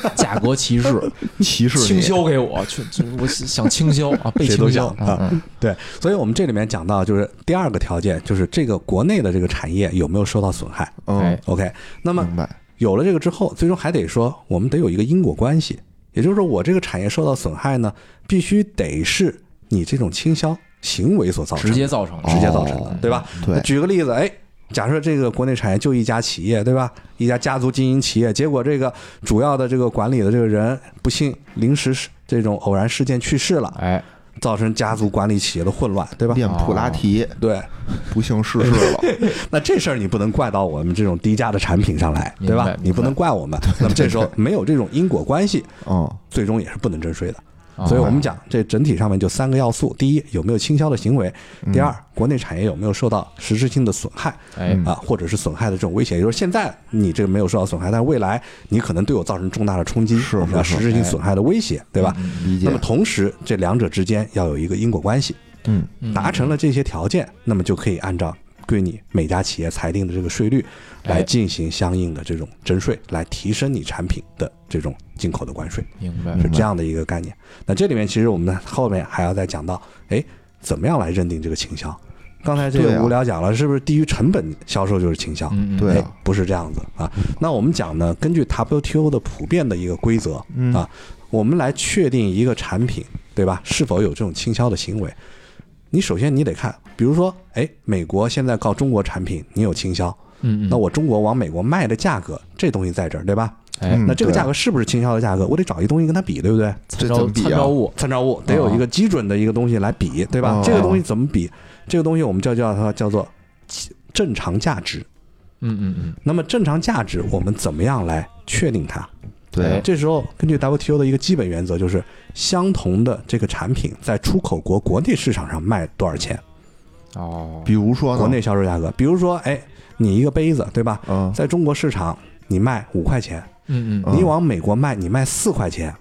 的， 价格歧视，
歧视
倾
你，
销给我，去，去我想倾销啊，被
谁都
倾销
想啊
嗯嗯
对，所以我们这里面讲到就是第二个条件，就是这个国内的这个产业有没有受到损害
嗯
哎，
？OK，那么
明白，
有了这个之后，最终还得说我们得有一个因果关系，也就是说，我这个产业受到损害呢，必须得是你这种倾销行为所造成
直
的，
接造成的，
嗯直接造成
哦
的，对吧？
对
那举个例子，哎，假设这个国内产业就一家企业，对吧？一家家族经营企业，结果这个主要的这个管理的这个人不幸临时是这种偶然事件去世了，
哎，
造成家族管理企业的混乱，对吧？哦
练普拉提
对，
不幸逝世 了，
那这事儿你不能怪到我们这种低价的产品上来，对
明白
吧
明？白
你不能怪我们。那么这时候没有这种因果关系，
嗯，
最终也是不能征税的。
啊
所以我们讲这整体上面就三个要素：第一，有没有倾销的行为；
嗯
第二，国内产业有没有受到实质性的损害
哎
啊，或者是损害的这种危险。也就是现在你这个没有受到损害，但未来你可能对我造成重大的冲击，
是
我们要
是是
实质性损害的威胁，对吧？
理解
嗯那么，同时，这两者之间要有一个因果关系。
嗯，
达成了这些条件，那么就可以按照对你每家企业裁定的这个税率来
哎
进行相应的这种征税，来提升你产品的这种进口的关税。
明白
嗯
是这样的一个概念。那这里面其实我们后面还要再讲到，哎，怎么样来认定这个倾销？刚才这
对
个
啊
无聊讲了，是不是低于成本销售就是倾销？
嗯，嗯
对
哎
啊，
不是这样子啊。那我们讲呢，根据 WTO 的普遍的一个规则，
嗯
啊我们来确定一个产品，对吧？是否有这种倾销的行为？你首先你得看，比如说，哎，美国现在告中国产品你有倾销，
嗯嗯，
那我中国往美国卖的价格，这东西在这儿，对吧？
哎，
嗯
那这个
对
价格是不是倾销的价格？我得找一东西跟它比，对不对？啊
参
这怎
照
么比啊
参照物，
参照物得有一个基准的一个东西来比，对吧？
哦
这个东西怎么比？这个东西我们就叫它叫做正常价值。
嗯嗯嗯，
那么正常价值我们怎么样来确定它？
对
哎，
这时候根据 WTO 的一个基本原则，就是相同的这个产品在出口国国内市场上卖多少钱，
哦，
比如说呢
国内销售价格。比如说，哎，你一个杯子，对吧？
嗯，
在中国市场你卖五块钱，
嗯嗯，
嗯
你往美国卖你卖四块钱，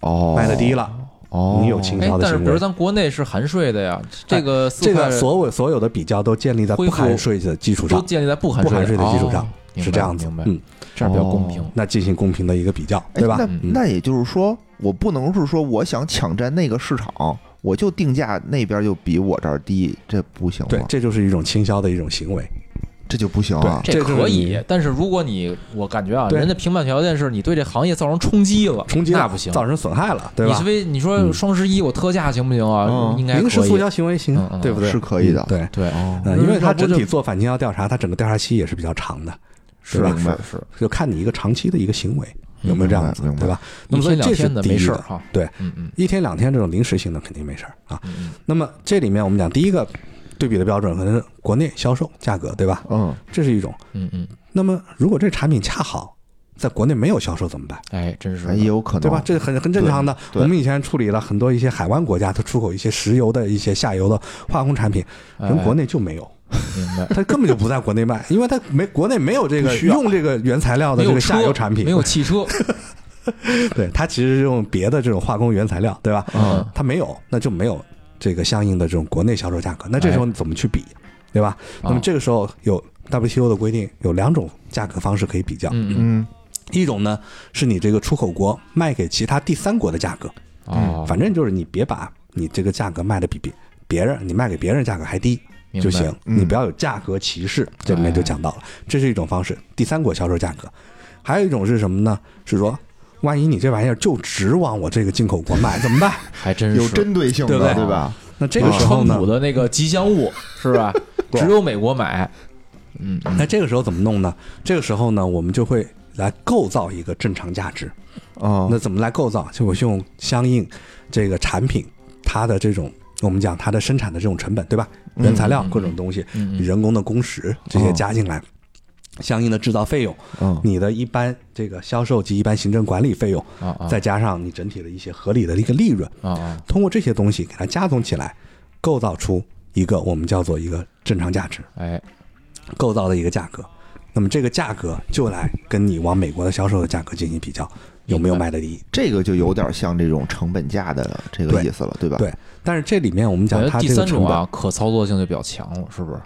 哦，
卖的低了，
哦，
你有倾
哎
销，的
但是
行
比如
为。哎
咱国内是含税的呀，这个
这个
所
所有所有的比较都建立在
恢
不
复
含税的基础
都
上，
建立在不含
不含税的基础上
哦明白
是这样子
明白，
嗯，
这样比较公平
哦，
那进行公平的一个比较，
哎
对吧？
那
嗯
那也就是说，我不能是说我想抢占那个市场，我就定价那边就比我这儿低，这不行
对
吗，？
这就是一种倾销的一种行为。
这就不行啊！
这就是
可
你
以，但是如果你，我感觉啊，
对
人家评判条件是你对这行业造成冲击了，
冲击了
那不行，
造成损害了，对
你
吧
是？为你说
嗯
双十一我特价行不行啊
嗯？
应该
零食
可以
促销行为行
嗯，嗯
对不对？
是可以的
嗯对，
对，
哦
那
呃因为它
要不
整体
就
做反倾销调查，它整个调查期也是比较长的，
是
对吧
明白
是是，
就看你一个长期的一个行为有没有这样子
明白，明白
对吧？那
一
么所
天
以
两
这是
天的
第一
没事
个
儿哈。
对，
嗯嗯
一天两天这种临时性的肯定没事儿啊。
嗯嗯，
那么这里面我们讲第一个对比的标准可能是国内销售价格，对吧？
嗯，
这是一种。
嗯嗯，
那么如果这产品恰好在国内没有销售怎么办？
哎，真是
哎也
的，
有可能，
对吧？这很很正常的。
对对
我们以前处理了很多一些海湾国家，它出口一些石油的一些下游的化工产品，人
哎
国内就没有，
明白。
它根本就不在国内 卖，因为它没国内没有这个
不需要
用这个原材料
没
的这
有
个下
车
游产品，
没有汽车，
对，它其实是用别的这种化工原材料，对吧？
嗯
它没有，那就没有这个相应的这种国内销售价格，那这时
哎
候你怎么去比，对吧？那么
啊
这个时候有 WTO 的规定，有两种价格方式可以比较，
嗯嗯
嗯，
一种呢是你这个出口国卖给其他第三国的价格，
哦，
反正就是你别把你这个价格卖的比别别人，你卖给别人价格还低
明白
就行，
嗯
你不要有价格歧视。这里面就讲到了，这是一种方式，第三国销售价格。还有一种是什么呢？是说，万一你这玩意儿就只往我这个进口国卖，怎 么办？
还真是
有针对性
嗯对
的，
不对
对吧？
那这
这
个
个
时候
川
呢
普？的那个吉祥物是吧？
对
只有美国买，嗯，
那这个时候怎么弄呢？这个时候呢，我们就会来构造一个正常价值。
哦
啊，
那怎么来构造？就我用相应这个产品它的这种我们讲它的生产的这种成本，对吧？原材料
嗯嗯
各种东西，
嗯嗯
人工的工时这些
哦
加进来，相应的制造费用，
哦
嗯
你的一般这个销售及一般行政管理费用，
啊啊，
再加上你整体的一些合理的一个利润，
啊啊，
通过这些东西给它加总起来，构造出一个我们叫做一个正常价值
哎，
构造的一个价格。那么这个价格就来跟你往美国的销售的价格进行比较，有没有卖的第一？
这个就有点像这种成本价的这个
对
意思了，对吧？
对，但是这里面我们
感
讲
觉
它
第
这个
三
成
种
本、
啊，可操作性就比较强了，是不是？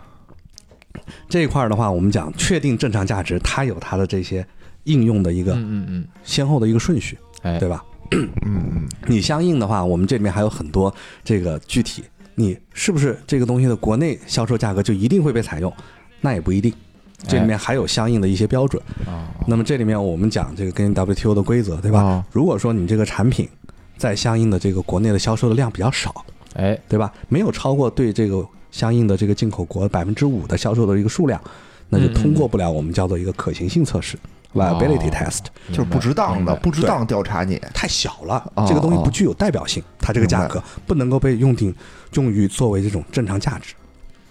这一块儿的话，我们讲确定正常价值，它有它的这些应用的一个
嗯嗯嗯，
先后的一个顺序，
哎，
对吧？
嗯嗯，
你相应的话，我们这里面还有很多这个具体，你是不是这个东西的国内销售价格就一定会被采用？那也不一定，
哎
这里面还有相应的一些标准。
啊，
那么这里面我们讲这个根据 WTO 的规则，对吧？
啊？
如果说你这个产品在相应的这个国内的销售的量比较少，
哎，
对吧？没有超过对这个相应的这个进口国百分之五的销售的一个数量，那
嗯
就通过不了我们叫做一个可行性测试
哦
（viability test）。
就是不值当的，不值当调查你，
太小了
哦，
这个东西不具有代表性，它这个价
明
格不能够被用定用于作为这种正常价值，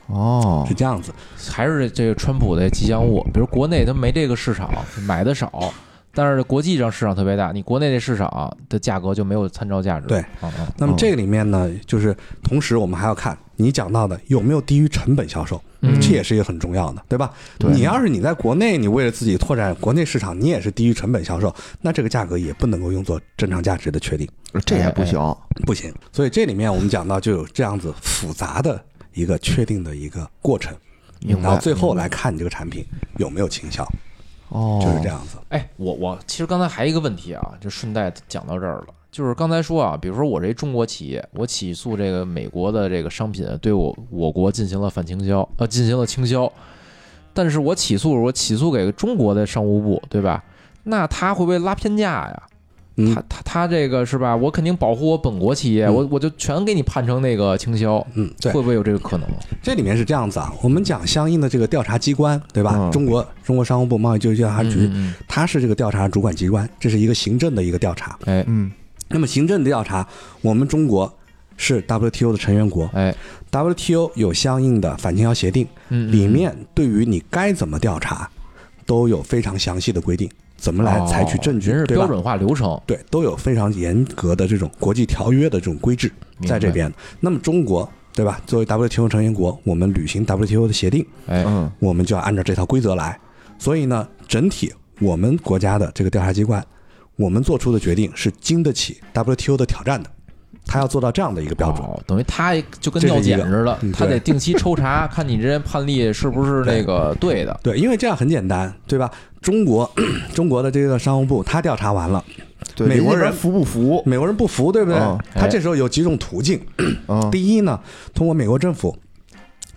哦
是这样子。
还是这个川普的吉祥物，比如国内它没这个市场，买的少。但是国际上市场特别大，你国内这市场的价格就没有参照价值。
对
嗯，嗯
那
哦
么这个里面呢，就是同时我们还要看你讲到的有没有低于成本销售，
嗯
这也是一个很重要的，对吧？
对
你要是你在国内，你为了自己拓展国内市场，你也是低于成本销售，那这个价格也不能够用作正常价值的确定，
这也不行，
不行。所以这里面我们讲到就有这样子复杂的一个确定的一个过程。
明
然后
白？
哎最后来看你这个产品有没有倾销，
哦，
就是这。样子。
哎，我我其实刚才还有一个问题啊，就顺带讲到这儿了，就是刚才说啊，比如说我这中国企业，我起诉这个美国的这个商品对我我国进行了反倾销，呃，进行了倾销，但是我起诉我起诉给中国的商务部，对吧？那他会不会拉偏价呀？
嗯
他他他这个是吧？我肯定保护我本国企业，
嗯
我我就全给你判成那个倾销，
嗯，对
会，不会有这个可能？
这里面是这样子啊，我们讲相应的这个调查机关，对吧？
嗯
中国中国商务部贸易就业调查局，
嗯，
它是这个调查主管机关，这是一个行政的一个调查。
嗯
嗯，
那么行政的调查，我们中国是 WTO 的成员国
哎哎，
，WTO 有相应的反倾销协定，
嗯，嗯
里面对于你该怎么调查，都有非常详细的规定，怎么来采取证据，
哦人是
对
标
吧？
准化流程，
对，都有非常严格的这种国际条约的这种规制
明白
在这，边。那么中国，对吧？作为 WTO 成员国，我们履行 WTO 的协定，
哎，
嗯，
我们就要按照这套规则来。所以呢，整体我们国家的这个调查机关，我们做出的决定是经得起 WTO 的挑战的，他要做到这样的一个标准。
哦，等于他就跟
这是
尿
一
检
个
似的
嗯，
他
对
得定期抽查，看你这些判例是不 是那个对的。
对，因为这样很简单，对吧？中国 中国的这个商务部，他调查完了，
对，
美国
人
人
服不服？
美国人不服，对不对
嗯？
他这时候有几种途径。
嗯，
第一呢，通过美国政府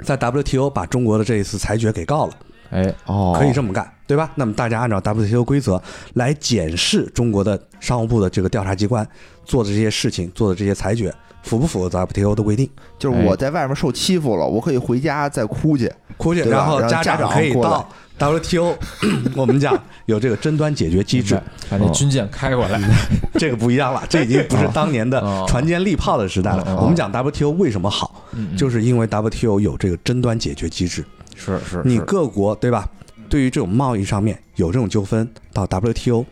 在 WTO 把中国的这一次裁决给告了，
哎，
哦，
可以这么干，对吧？那么大家按照 WTO 规则来检视中国的商务部的这个调查机关做的这些事情，做的这些裁决符不符合 WTO 的规定？
就是
哎
我在外面受欺负了，我可以回家再哭去。
估计，
对吧
然后
让
家
家长
长可以
过来
到 WTO，我们讲有这个争端解决机制
明，白把那
嗯
军舰开过来，
哦 这个不一 样了，这已经不是当年的
哦
船坚利炮的时代
哦
了。我们讲 WTO 为什么好，
嗯嗯
就是因为 WTO 有这个争端解决机制。
是是
嗯你
是，
各国对吧？对于这种贸易上面有这种纠纷，到 WTO，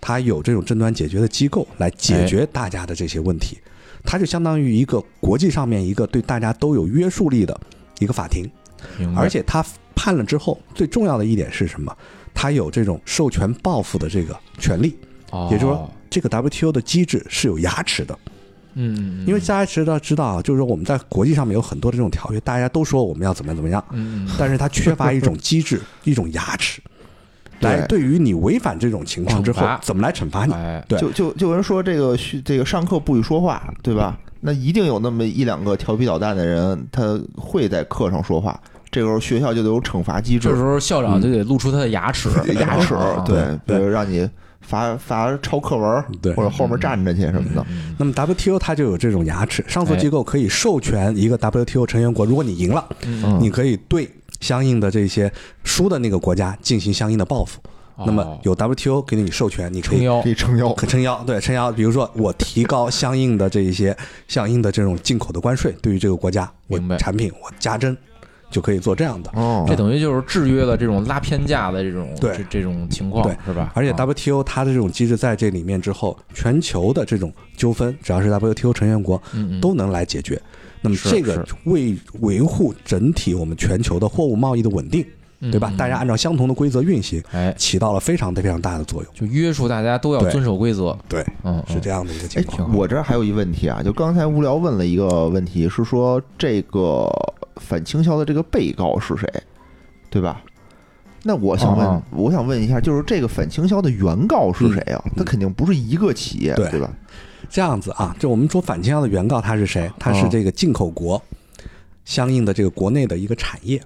它有这种争端解决的机构来解决大家的这些问题，它就相当于一个国际上面一个对大家都有约束力的一个法庭，
明白
而且它判了之后，最重要的一点是什么？它有这种授权报复的这个权利，也就是说
哦，
这个 WTO 的机制是有牙齿的，
嗯，嗯
因为大家知道知道啊，就是说我们在国际上面有很多这种条约，大家都说我们要怎么样怎么样，
嗯嗯嗯
但是它缺乏一种机制、 一种牙齿，来对于你违反这种情况之后
惩罚，
怎么来惩罚你？
哎，
对
就就就有人说这个虚这个上课不许说话，对吧？那一定有那么一两个调皮捣蛋的人，他会在课上说话。这个时候学校就得有惩罚机
这时
制，，
候校长就得露出他的牙 齿
牙 齿
啊，
对，比
对
如让你罚罚抄课文，
对嗯
或者后面站着去什么的。
那么 WTO 它就有这种牙齿，
哎
上诉机构可以授权一个 WTO 成员国，如果你赢了，
嗯，
嗯
你可以对相应的这些输的那个国家进行相应的报复。那么
有
有 WTO 给你授权，你可
撑
以
腰
可，以撑腰，
可撑腰，对撑腰。比如说，我提高相应的这一些相应的这种进口的关税，对于这个国家，我
明白
产品我加征，就可以做这样的。
哦，
这等于就是制约了这种拉偏架的这种
对
这这种情况
对，
是吧？
而且
啊
WTO 它的这种机制在这里面之后，全球的这种纠纷，只要是 WTO 成员国
嗯嗯
都能来解决。那么
是
这个
是
为维护整体我们全球的货物贸易的稳定，
嗯
对吧
嗯？
大家按照相同的规则运行，
哎，
起到了非常非常大的作用。
就约束大家都要
对
遵守规则，
对，
嗯，
是
嗯
这样的一个情
哎
况。，
我这儿还有一问题啊，就刚才无聊问了一个问题，是说这个反倾销的这个被告是谁，对吧？那我想问，
哦
啊
我想问一下，就是这个反倾销的原告是谁啊？他肯定不是一个企业，
嗯对
吧？
这样子啊，就我们说反倾销的原告他是
哦
谁？他是这个进口国相应的这个国内的一个产业。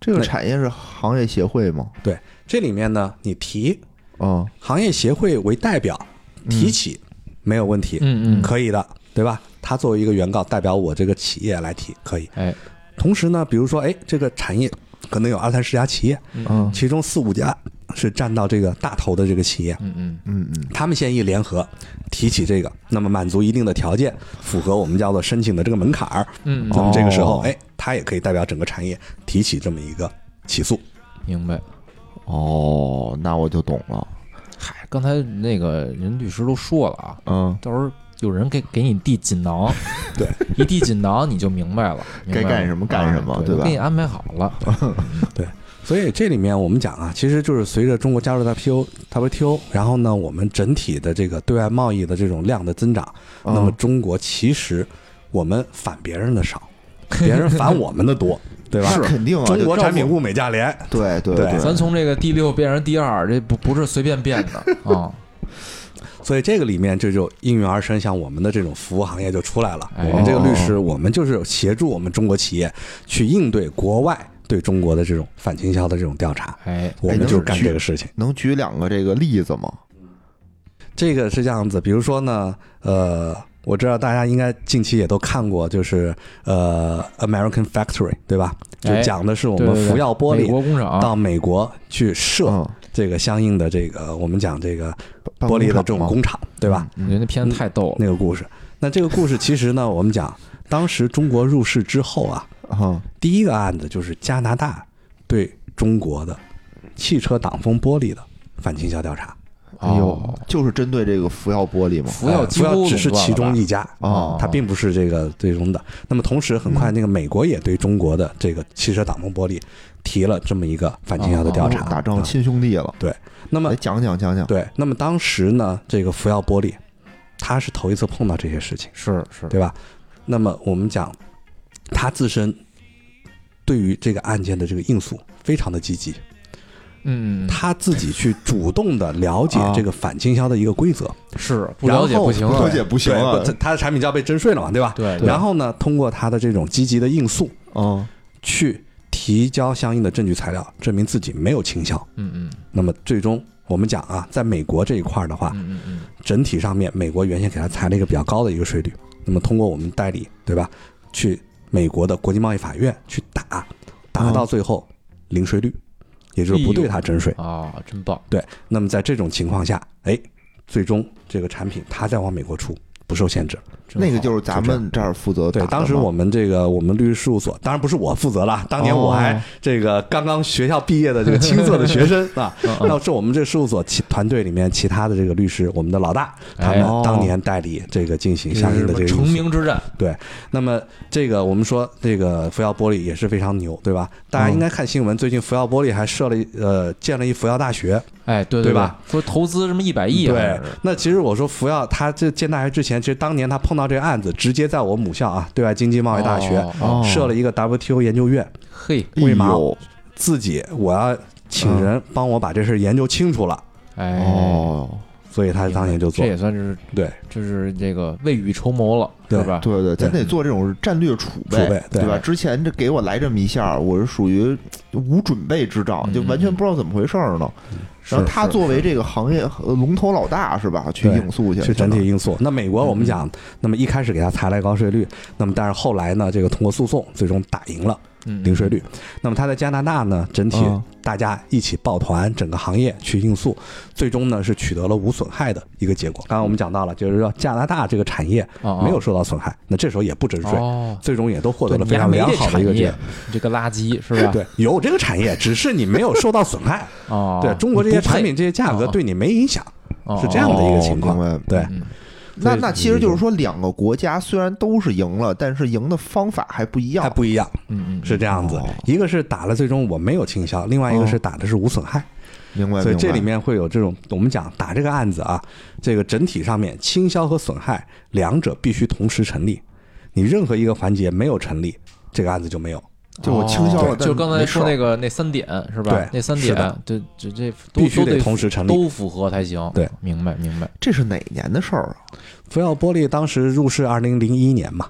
这个
对
产业是行业协会吗？
对，这里面呢，你提
嗯，
行业协会为代表提起没有问题，
嗯嗯，
可以的，对吧？他作为一个原告，代表我这个企业来提，可以。
哎，
同时呢，比如说，哎，这个产业可能有二三十家企业，
嗯
其中四五家是占到这个大头的这个企业，
嗯嗯，
嗯嗯，
他们现一联合提起这个，那么满足一定的条件，符合我们叫做申请的这个门槛儿，
嗯
那么这个时候
哦，
哎，他也可以代表整个产业提起这么一个起诉。
明白。
哦，那我就懂了。
嗨，刚才那个人律师都说了啊，
嗯，
到时候有人给给你递锦囊，
对，
一递锦囊你就明白了，明白
该
了
干什么干什么
啊
对
对
吧
我给你安排好了，
所以这里面我们讲啊，其实就是随着中国加入 WTO、WTO，然后呢，我们整体的这个对外贸嗯 易的这种量的增长，那么中国其实我们反别人的少，别人反我们的多，对吧？
那肯定啊，
中
就
国
照
产品
顾
部美 价联，
对对
对
咱从这个第六变成第二，这不不是随便变的啊！
所以这个里面这就应运而生，像我们的这种服务行业就出来了。
哎
我们这个律师，我们就是协助我们中国企业去应对国外对中国的这种反倾销的这种调查，
哎，
我们就干这个事情。
能举两个这个例子吗？
这个是这样子，比如说呢，呃，我知道大家应该近期也都看过，就是呃《American Factory》，对吧？就
哎
讲的是我
对
们
对对
福耀玻
美
璃
国工厂，
到美国去设
嗯，
这个相应的这个我们讲这个
办
玻璃的这
公厂
种
吗
工
嗯
厂，对吧？
我觉得那片子太逗了。
那个故事。那这个故事其实呢，我们讲，当时中国入世之后啊，
啊，
第一个案子就是加拿大对中国的汽车挡风玻璃的反倾销调查，
哎
哦
呦，就是针对这个福耀玻璃嘛。
福耀
呃
几
福
乎
耀只是
垄断
其中
了吧
一家
哦
啊
它并不是这个最终的。那么同时，很快那个美国也对中国的这个汽车挡风玻璃提了这么一个反倾销的调查。
哦哎打仗
啊
亲兄弟了，
那么
来讲讲讲讲。
对，那么当时呢，这个福耀玻璃，它是头一次碰到这些事情。
是是，
对吧？那么我们讲，他自身对于这个案件的这个应诉非常的积极，
嗯，
他自己去主动的了解这个反倾销的一个规则，
是不了解
然后
不行
不
啊
了。解不行啊
对，他他的产品就要被征税了嘛，对吧？
对，对
然后呢，通过他的这种积极的应诉，
嗯，
去提交相应的证据材料，证明自己没有倾销。
嗯嗯
那么最终我们讲啊，在美国这一块儿的话，
嗯嗯嗯，
整体上面，美国原先给它裁了一个比较高的一个税率，那么通过我们代理，对吧？去美国的国际贸易法院去打，打到最后零税率，也就是不对它征税。
啊，真棒！
对，那么在这种情况下，哎，最终这个产品它再往美国出不受限制。
真
那个
好
就是咱
就这
们这儿负责打
对，
的
当时
嘛
我们这个我们律师事务所，当然不是我负责了，当年我还
哦
这个刚刚学校毕业的这个青涩的学生啊，
嗯嗯
那是我们这事务所其团队里面其他的这个律师，我们的老大，他
哎哦
们当年代理这个进行
这
相
是
应
什
的
么
这个
成
运作。
名之战，
对，那么这个我们说这个福耀玻璃也是非常牛，对吧？大家应该看新闻，最近福耀玻璃还设了一呃建了一福耀大学，
哎，对
对吧？
说投资什么一百亿啊，
对
好像是，
那其实我说福耀他这建大学之前，其实当年他碰到这个案子，直接在我母校啊对外经济贸易大学、
哦哦
哦
设了一个 WTO 研究院，
嘿，
为嘛
哎呦
自己我要请
嗯
人帮我把这事儿研究清楚了，
哎，
哦，
所以他当年就
这
做。
也算是
对，
就是这个未雨绸缪了，
对
是吧？
对对，咱得做这种战略储备，
储备对
对吧？之前这给我来这么一下，我是属于无准备之仗，
嗯
就完全不知道怎么回事儿呢。然后
是
他
是
作为这个行业呃龙头老大是吧？去
对
应诉去，
是整体因素。那美
嗯
国我们讲，那么一开始给他裁了高税率，那么但是后来呢，这个通过诉讼最终打赢了
嗯，
零税率。那么他在加拿大呢，整体
嗯
大家一起抱团，整个行业去应诉，最终呢是取得了无损害的一个结果。刚刚我们讲到了，就是说加拿大这个产业
啊啊
没有受到损害，那这时候也不征税，
哦，
最终也都获得
对
了
你
非
还
常
没
良
这
好的一个
产
结
业
果。，
你这个垃圾是吧？
对，有这个产业，只是你没有受到损害。
哦，
对中国这
你
些
不配
产品、这些价格
哦
对你没影响，
哦
是这样的一个情况
哦明白
对。
嗯
那
所以嗯
那其实就是说，两个国家虽然都是赢了，但是赢的方法还不一
还
样。
不一样。
嗯嗯，
是这样子
哦，
一个是打了最终我没有倾销，另外一个
哦
是打的是无损害，
明白，
所以
明白
这里面会有这种我们讲打这个案子啊，这个整体上面倾销和损害两者必须同时成立，你任何一个环节没有成立，这个案子就没有。
就我倾销了
哦
但
就刚才
没事
说
儿
那个那三点是吧？
对
那三
是
点
的，
对，这这都
必须
都
得
得
同时成立
都符合才行。
对，
明白明白。
这是哪年的事儿啊？
福耀玻璃当时入市二零零一年嘛，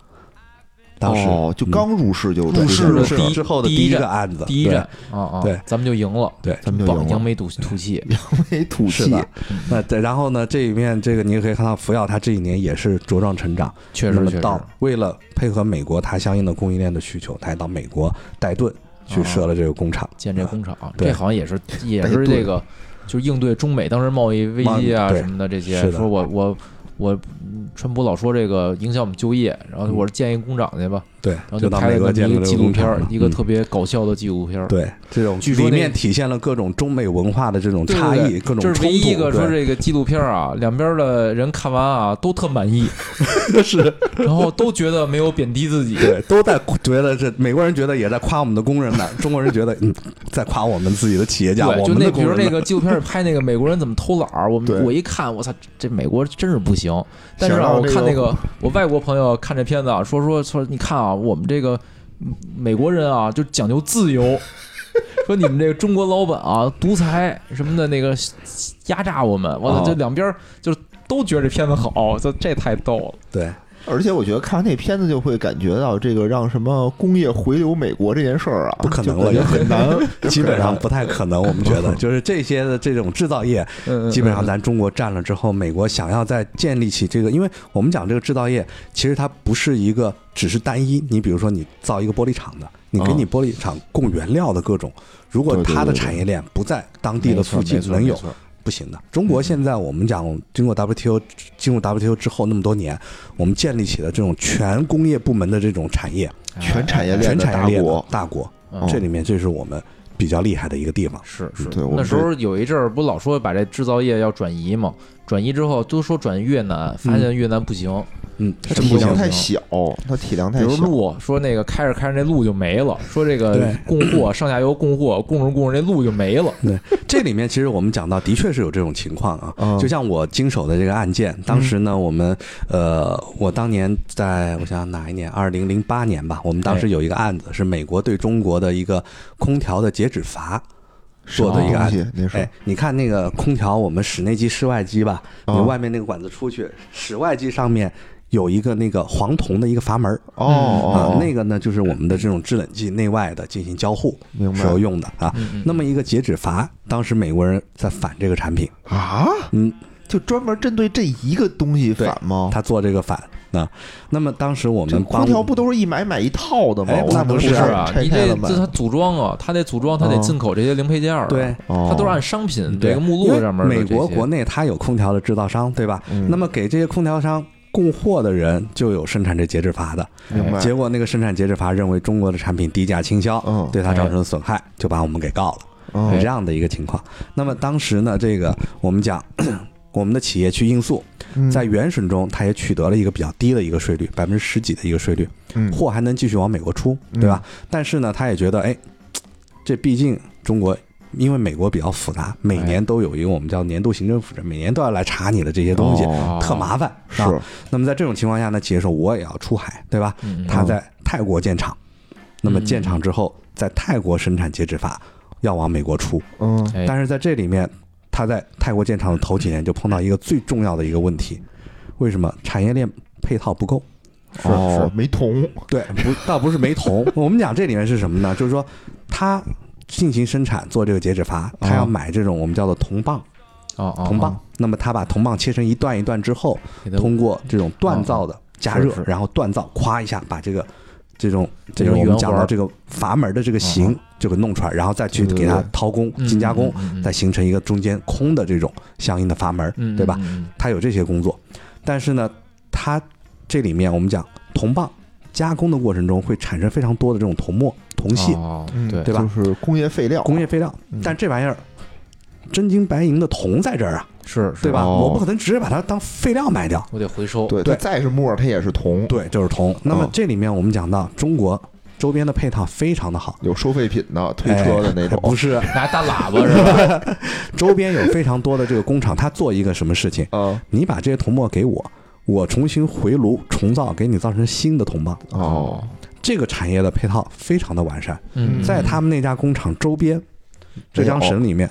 当时嗯
哦，就刚入市就
入市
入
入
市
市
第一
之后的
第
第
一
一个
站
案子，
第一
呃对
站啊啊，
对
咱们就赢了，
对
咱们就
棒，
赢
扬
了，
眉吐吐气。
没吐
是
气
的。那对然后呢，这里面这个你也可以看到，福耀它这一年也是茁壮成长，
确
那
实
么
确实，
到为了配合美国它相应的供应链的需求，它还到美国戴顿
哦
去设了这个工厂。
建这工厂，
啊对哎
这好像也 是也
背
是
对
这个，就是应对中美当时贸易危机
贸易
啊
对
什么的这些
是。的
说我我我，嗯川普老说这个影响我们就业，然后我是建一工厂去吧，
对，
然后
嗯就到
拍
美国
了这
建
么一
了
个
这
纪
个
录
工
片
厂
儿
嘛，
一个
嗯
特别搞笑的纪录片儿。
对这种
据说
里
那
面体现了各种中美文化的这种
对
差
对
异，各种
这是
冲
唯一一
突，
个说
对，
这个纪录片儿啊，两边的人看完啊都特满 意，是，然后都觉得没有贬低自己，
对，都在觉得这美国人觉得也在夸我们的工人呢，中国人觉得嗯在夸我们自己的企业家，
对，
我
就
们
那
的
比
工
如
人
那
呢
个纪录片儿拍那个美国人怎么偷懒儿，我
对
们我一看，我操，这美国真是不行。但是啊，
想到
我看
这个
那个我外国朋友看这片子啊，说说说，你看啊，我们这个美国人啊，就讲究自由， 说你们这个中国老板啊，独裁什么的那个压榨我们，我操，
哦
这两边儿就都觉得这片子好，这这太逗了。
对，
而且我觉得看完那片子就会感觉到这个让什么工业回流美国这件事儿啊，
不可能
就感觉很 难，
基本上不太可能。我们觉得，就是这些的这种制造业，
嗯，嗯
基本上咱中国占了之后，美国想要再建立起这个，因为我们讲这个制造业，其实它不是一个只是单一。你比如说，你造一个玻璃厂的，你给
嗯
你玻璃厂供原料的各种，如果
对对
它的
对对
产业链不在当地的附近
没错
能有
没，错
不行的。中国现在我们讲，经过 WTO 进入 WTO 之后那么多年，我们建立起了这种全工业部门的这种产业，
哎
全产业链
全
的
产
大
业链的
国。哦
大国
嗯，
这里面这是我们比较厉害的一个地方。
是是
对我，们
那时候有一阵儿不老说把这制造业要转移嘛，转移之后都说转越南，发现越南不行，
嗯，
它
真
体
不
量
行。
太小，它体量
比
太
如
小。
路说那个开着开着那路就没了，说这个
对
供货上下游供货供着供着这路就没了，
对，这里面其实我们讲到，的确是有这种情况啊。
嗯
就像我经手的这个案件，当时呢，我们呃，我当年在我想想哪一年，二零零八年吧，我们当
哎
时有一个案子是美国对中国的一个空调的截止阀做的一个案
东
子。
西，您说
哎，你看那个空调，我们室内机、室外机吧，
哦
你外面那个管子出去，室外机上面有一个那个黄铜的一个阀门儿
哦
啊
哦，，
那
个
个呢就是我们的这种制冷剂内外的进行交互
明
时候
白嗯
用的啊。那么一个截止阀，当时美国人在反这个产品，
啊？
嗯，
就专门针对这一个东西反吗？
他做这个反啊。那么当时我
这
们帮
空调不都是一买买一套的吗
哎？
我
那
们
不
不
是
是
按
啊？
拆
你
开
这
了买
这它组装啊，它得组装，它得
嗯
进口这些零配件儿啊，
哦对嗯
哦
它都是按商品
对
这个目
因
录
为
上面的
美
这
国
些
国内它有空调的制造商，对吧？
嗯
那么给这些空调商供货的人就有生产这截止阀的。
明白
结果那个生产截止法认为中国的产品低价倾销，
嗯
对它造成了损害，就把我们给告了，
嗯
是这样的一个情况。那么当时呢，这个我们讲。 我们的企业去应诉，
嗯
在原审中，它也取得了一个比较低的一个税率，百分之十几的一个税率，
嗯
货还能继续往美国出，对吧？但是呢，他也觉得，哎，这毕竟中国，因为美国比较复
哎
杂，每年都有一个我们叫年度行政复审，每年都要来查你的这些东西，
哦
哦
特麻烦。
是
啊那么在这种情况下呢，企业说我也要出海，对吧？
嗯嗯
他在泰国建厂，那么建厂之后，在泰国生产截止法要往美国出，
嗯
哎
但是在这里面，他在泰国建厂的头几年就碰到一个最重要的一个问题，为什么产业链配套不够？
是
哦
是
没铜
对，不，倒不是 没铜。我们讲这里面是什么呢？就是说，他进行生产做这个截止阀，他要
哦
买这种我们叫做铜棒，
哦哦
铜棒
哦。
那么他把铜棒切成一段一段之后，
给它
通过这种锻造的加热
哦是是，
然后锻造，咵一下把这个这种
这
这
种
种我
圆
们讲
环
到这个阀门的这个
嗯
形就给弄出来，然后再去
对对
给它
对
掏工、
嗯
精加工，
嗯嗯嗯
再形成一个中间空的这种相应的阀门，
嗯
对吧？
嗯嗯嗯
它有这些工作，但是呢，它这里面我们讲铜棒加工的过程中会产生非常多的这种铜沫、铜屑、
哦
嗯
对
对吧
就是工业废料，
工业废料，
嗯
但这玩意儿。真金白银的铜在这儿啊，
是是
对吧？
哦
我不可能只是把它当废料卖掉，
我得回收。
对，它
对
再是木耳，它也是铜，
对，就是铜。那么这里面我们讲到中国周边的配套非常的好，
有收废品的、推车的那
哎不
种，
是
拿大喇叭 是吧？
周边有非常多的这个工厂，它做一个什么事情？
啊
你把这些铜沫给我，我重新回炉重造，给你造成新的铜棒。
哦，
这个产业的配套非常的完善，
嗯，
在他们那家工厂周边，
嗯
浙江省里面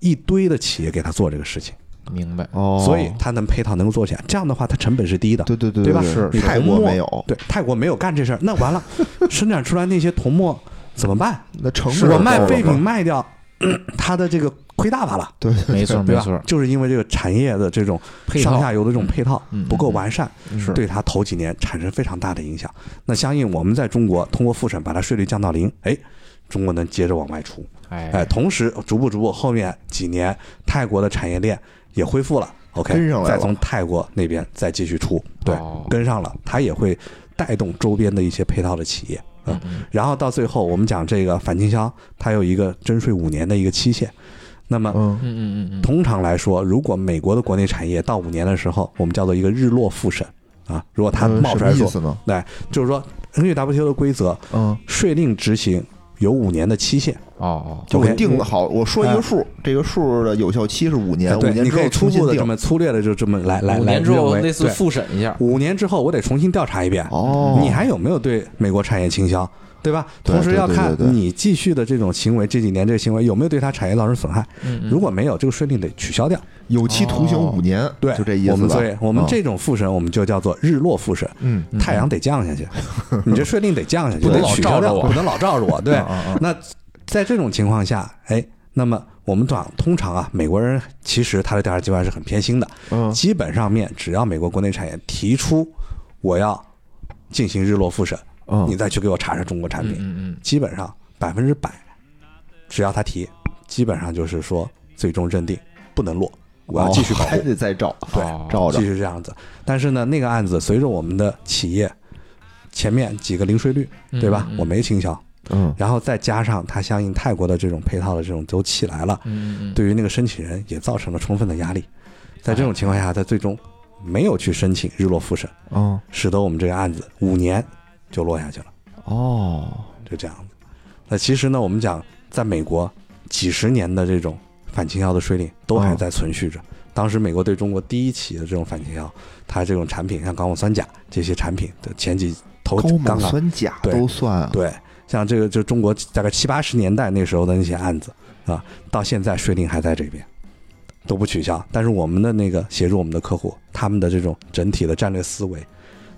一堆的企业给他做这个事情，
明白。
哦，
所以他能配套能够做起来。这样的话，它成本是低的。
对对对
对吧
对
是
泰
是
国
铜
没
墨
有，
对，泰国没有干这事儿，那完 了，生产出来那些铜沫怎么办？
那成本
我卖
够了
废品
吗，
卖掉， 它的这个亏大发了，
对对对
没错
对
没错
吧？，就是因为这个产业的这种
配
上
套
下游的这种配套
嗯
不够完善，
是
对它头几年产生非常大的影响。那相应我们在中国通过复审把它税率降到零，哎，中国能接着往外出，哎，
哎
同时逐步逐步后面几年泰国的产业链也恢复了
跟上来
，OK，
了
再从泰国那边再继续出，对
哦，
跟上了，它也会带动周边的一些配套的企业。嗯
嗯嗯
然后到最后，我们讲这个反倾销，它有一个征税五年的一个期限。那么
嗯
嗯嗯嗯嗯，
通常来说，如果美国的国内产业到五年的时候，我们叫做一个日落复审啊。如果它
嗯
冒出来
什么
说
意，思呢？
对，就是说根据 WTO 的规则，
嗯，
税令执行有五年的期限。
哦哦，
就
OK，
稳定的好。我说一个
哎
数，这个数的有效期是五年，
哎
五
对，
年
你
之
可
后
以初
重新
步的这
定。
么粗略的就这么来来
五
来
年之
认
后
为
类似
对
复审一下，
五年之后我得重新调查一遍，
哦，
你还有没有对美国产业倾销？对吧？
对
同时要
对对
看
对对
你继续的这种行为，这几年这个行为有没有对它产业造成损害。
嗯嗯
如果没有，这个税令得取消掉。
有期徒刑五年，
哦对，
就这意
我
思
们
吧
对。我们
嗯
这种复审，我们就叫做日落复审。
嗯，
嗯
太阳得 降下去，你这税令得降下去，
不能
得
老
取
照
消
着
掉，
我
不能老照着我。对
嗯，嗯嗯
那在这种情况下，哎，那么我们讲通常啊，美国人其实他的调查计划是很偏心的，
嗯
基本上面只要美国国内产业提出我要进行日落复审，
嗯，
你再去给我查查中国产
嗯
品，
嗯
基本上百分之百，只要他提，基本上就是说最终认定不能落，我
哦
要继续保
哦还
护，
得再照，哦
对
照着
继，续这样子。但是呢，那个案子随着我们的企业前面几个零税率，
嗯，
对吧？
嗯
我，没倾销，
嗯
然后再加上它相应泰国的这种配套的这种都起来了，
嗯嗯嗯，
对于那个申请人也造成了充分的压力。在这种情况下，他最终没有去申请日落复审，
嗯
使得我们这个案子五年就落下去了，
哦，
就这样子。那其实呢，我们讲在美国几十年的这种反倾销的税令都还在存续着。当时美国对中国第一起的这种反倾销，它这种产品像港口酸钾这些产品的前几头
高锰
杠杆
酸钾
对
都算啊，
对，像这个就中国大概七八十年代那时候的那些案子啊，到现在税令还在这边，都不取消。但是我们的那个协助我们的客户，他们的这种整体的战略思维，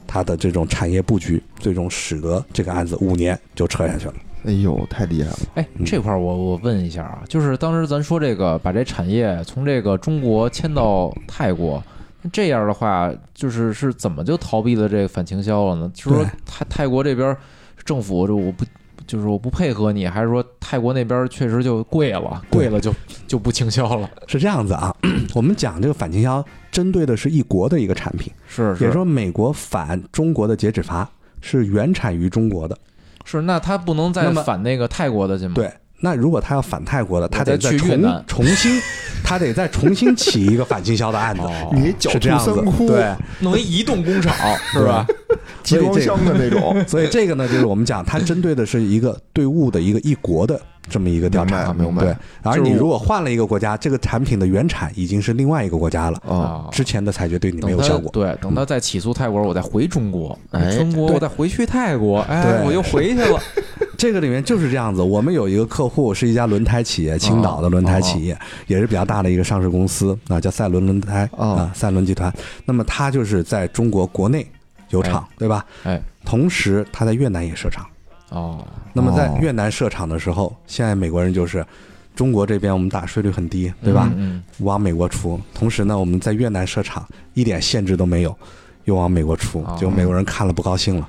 他的这种产业布局，最终使得这个案子五年就撤下去了。
哎呦，太厉害了，
哎，
嗯
这块儿我我问一下啊，就是当时咱说这个把这产业从这个中国迁到泰国，那这样的话，就是是怎么就逃避了这个反倾销了呢？就是说
对
泰泰国这边儿政府这我不。就是我不配合你，还是说泰国那边儿确实就贵了，
对
贵了就就不倾销了？
是这样子啊， 我们讲这个反倾销针对的是一国的一个产品，
是
也就是说美国反中国的截止阀是原产于中国的。
是，那他不能再
那么
反那个泰国的去吗？，
对，那如果他要反泰国的，他得
得嗯
再
去越
重
南
重新，他得再重新起一个反倾销的案子
哦，
你狡
是这样
兔
子
三窟，
对，
弄一移动工厂是吧？
集装箱的那 种，
所以这个呢，就是我们讲，它针对的是一个对物的一个一国的这么一个调
明白
查
了，，明白
对
了，。
而
啊就是
你如果换了一个国家，这个产品的原产已经是另外一个国家了，
啊，
啊
之前的裁决对你哦没
等
有
他
效果。嗯
对，等他再起诉泰国，我再回中国，
哎
中国
对
我再回去泰国，哎，
对
我又回去 了。
这个里面就是这样子。我们有一个客户是一家轮胎企业，青岛的轮胎企业，也是比较大的一个上市公司啊，叫赛轮轮胎
哦
啊，赛轮集团。那么它就是在中国国内有厂，对吧？
哎，
同时它在越南也设厂。
哦，
那么在
哦
越南设厂的时候，现在美国人就是中国这边我们打税率很低，对吧？
嗯，
往美国出。同时呢，我们在越南设厂一点限制都没有，又往美国出
哦，
就美国人看了不高兴了。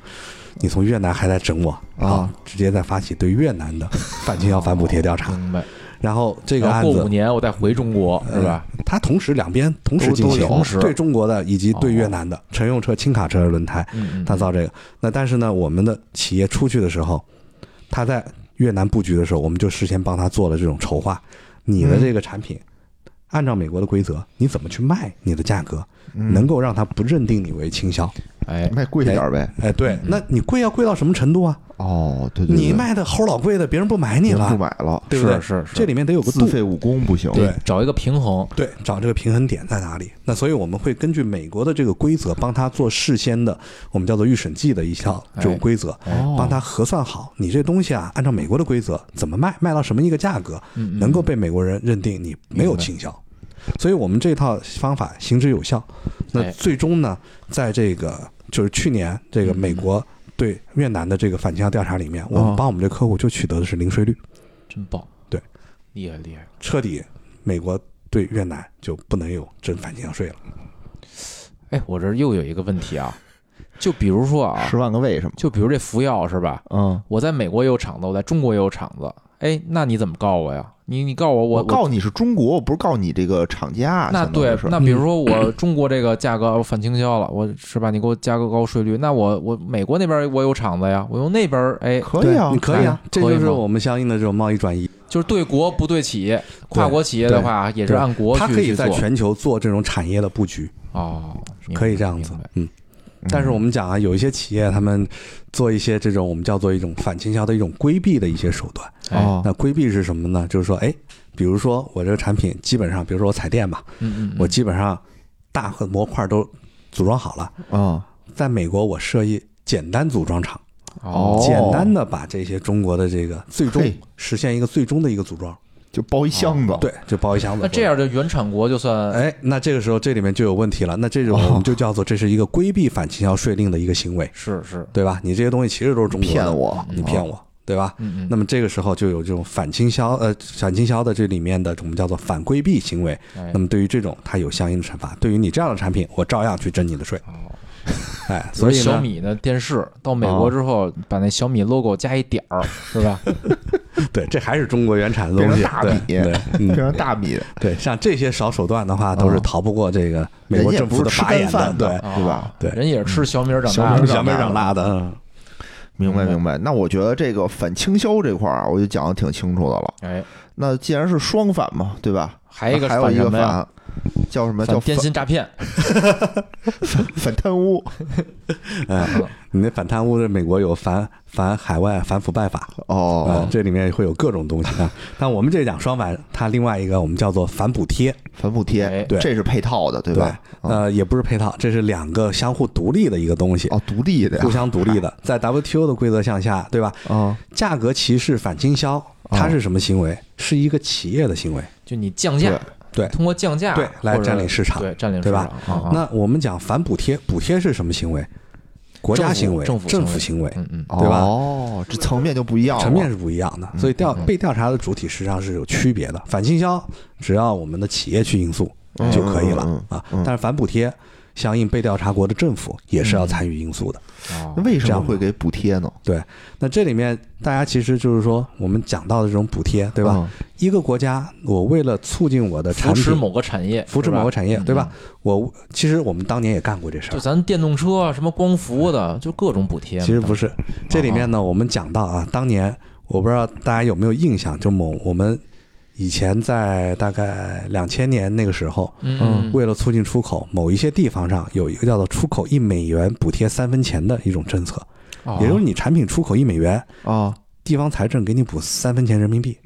你从越南还在整我
哦
啊！直接再发起对越 南的反倾销、反补贴调查
嗯，明白。
然后啊这个
然
案
后过五
子嗯
年我再回中国，是吧？
它同时两边同时
都
进
都
行
有同
时，
对中国的以及对
哦
越南的乘用车、轻卡车的轮胎，
嗯嗯，
他造这个。那但是呢，我们的企业出去的时候，他在越南布局的时候，我们就事先帮他做了这种筹划。你的这个产品，嗯按照美国的规则，你怎么去卖你的价格，
嗯
能够让他不认定你为倾销？
哎，
卖贵一点呗，
哎，对，那你贵要贵到什么程度啊？
哦，对对，对
你卖的齁老贵的，别人不买你
别人不
了，
买了，
对不对？
是是是
这里面得有个
自
度。
废武功不行，
对
找一个平衡。
对，找这个平衡点在哪里？那所以我们会根据美国的这个规则，帮他做事先的，我们叫做预审计的一项这种
哎
规则，
哦
帮他核算好你这东西啊，按照美国的规则怎么卖，卖到什么一个价格，
嗯嗯
能够被美国人认定你没有倾销。所以我们这套方法行之有效。那
哎
最终呢，在这个就是去年这
嗯
个美国对越南的这个反倾销调查里面，我
哦
们帮我们这客户就取得的是零税率，
真棒，
对，
厉害厉害。
彻底美国对越南就不能有真反倾销税了。
哎，我这又有一个问题啊，就比如说啊，
十万个为什么，
就比如这服药是吧？
嗯，
我在美国也有厂子，我在中国也有厂子，哎，那你怎么告我呀？你你告我，我
我告你是中国，我不是告你这个厂家，啊
那
相当于
对，
是
那比
嗯
如说我中国这个价格我反倾销了，我是吧？你给我加个高税率，那我我美国那边我有厂子呀，我用那边儿哎，
可以啊
对你，可以啊，这
可以
就是
吗
我们相应的这种贸易转移。
就是对国不对企业，跨国企业的话也是按国
它
去
可以
去
在
做
全球做这种产业的布局，
哦，明白
可以这样子
明白。
嗯，但是我们讲啊，有一些企业他们做一些这种我们叫做一种反倾销的一种规避的一些手段。
哎
哦，
那规避是什么呢？就是说，哎，比如说我这个产品基本上，比如说我彩电吧，
嗯嗯，
我基本上大和模块都组装好了，
啊
在美国我设一简单组装厂，
啊，
哦，
简单的把这些中国的这个最终
嘿哦
实现一个最终的一个组装，
就包一箱子，
对，就包一箱子。
那这样，的原产国就算
哎，那这个时候这里面就有问题了，那这种
哦
我们就叫做这是一个规避反倾销税令的一个行为，
是是，
对吧？你这些东西其实都是中国的
骗，我，哦
你骗我，对吧？
嗯嗯，
那么这个时候就有这种反倾销，呃，反倾销的这里面的我们叫做反规避行为。
哎
那么对于这种，它有相应的惩罚。对于你这样的产品，我照样去征你的税。
哦
哎，所
所以
以
小
呢，哦
米的电视到美国之后，把那小米 logo 加一点儿，是吧？
对，这还是中国原产的东
变
西，
成大
对
米
对，
变
嗯，
成大米，
对，像这些小手段的话，都是逃不过这个美国政府的法眼
人家也不是吃干饭
对
的，
啊
对吧
对
人也是吃小米儿长
小
大
米
的
儿，
嗯小妹长大的，嗯
明白
明白
明白。那我觉得这个反倾销这块儿啊，我就讲的挺清楚的了。
哎，
那既然是双反嘛，对吧？
还有一个
还有一
反
个
什么呀
反，叫什么
反
叫
电信诈骗，
反反贪污？
啊
哎，你那反贪污的美国有反反海外反腐败法，
哦
嗯，，这里面会有各种东西啊。但我们这讲双反，它另外一个我们叫做反补贴，
反补贴
哎，
对
这是配套的，对
对
吧？嗯
呃，也不是配套，这是两个相互独立的一个东西，
哦，独立的呀
互相 独立的，在 WTO 的规则项下，对吧？
嗯
啊，
价格歧视反倾销，
哦
它是什么行为？是一个企业的行为，
就你降价，
对
通过降价
对来
或者
占领市场
对，占领市
对
场
吧？
啊啊
那我们讲反补贴，补贴是什么行为？国家行为、
政
政
府
府
行
行为，
嗯嗯，
对吧
哦，这层面就不一样了，
层面是不一样
嗯
的，所以调被调查的主体实际上是有区别的。反倾销只要我们的企业去应诉
嗯
就可以了
嗯
啊
嗯，
但是反补贴，相应被调查国的政府也是要参与应诉的。
哦
那为什
这
么
样
会给补贴呢？
对，那这里面大家其实就是说，我们讲到的这种补贴，对吧？一个国家，我为了促进我的
嗯扶
产
持
品，
某个产业，
扶持
是吧
某个产业，对吧
嗯？
我其实我们当年也干过这事
就
儿。
咱电动车啊，什么光伏的，就各种补贴嘛。
其实不是，这里面呢，我们讲到啊，当年我不知道大家有没有印象，就某我们以前在大概两千年那个时候，
嗯，嗯，嗯
为了促进出口，某一些地方上有一个叫做“出口一美元补贴三分钱”的一种政策，
哦
也就是你产品出口一美元，
啊，
地方财政给你补三分钱人民币，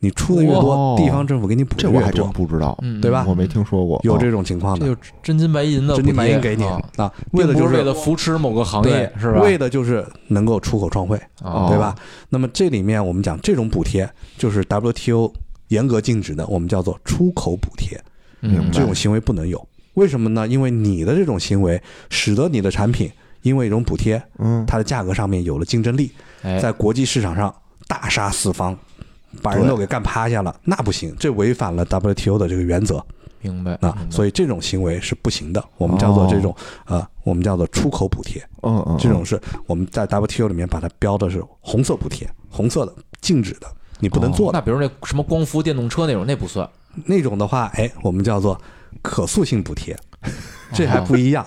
你出的越多
哦，
地方政府给你补
这
的
我
越
还真
多，
不知道，
嗯
对吧
我没听说过，
有
哦
这种情况
这
的，
就真金白银的补
真
贴，
金白银给你
啊
啊，为
并
了
不
就是是
为了扶持某个行
对
业，是吧？
为的就是能够出口创汇，
哦
对吧？那么这里面我们讲这种补贴，就是 WTO 严格禁止的，我们叫做出口补贴，
嗯
明白
这种行为不能有。为什么呢？因为你的这种行为，使得你的产品因为一种补贴，
嗯，
它的价格上面有了竞争力，
哎，
在国际市场上大杀四方，把人都给干趴下了，那不行，这违反了 WTO 的这个原则
明白
啊，所以这种行为是不行的，我们叫做这种呃，我们叫做出口补贴，
嗯嗯，
这种是我们在 WTO 里面把它标的是红色补贴，红色的禁止的，你不能做
哦那
的
比如那什么光伏电动车那种，那不算。
那种的话，哎，我们叫做可塑性补贴。
哦
这还不一样。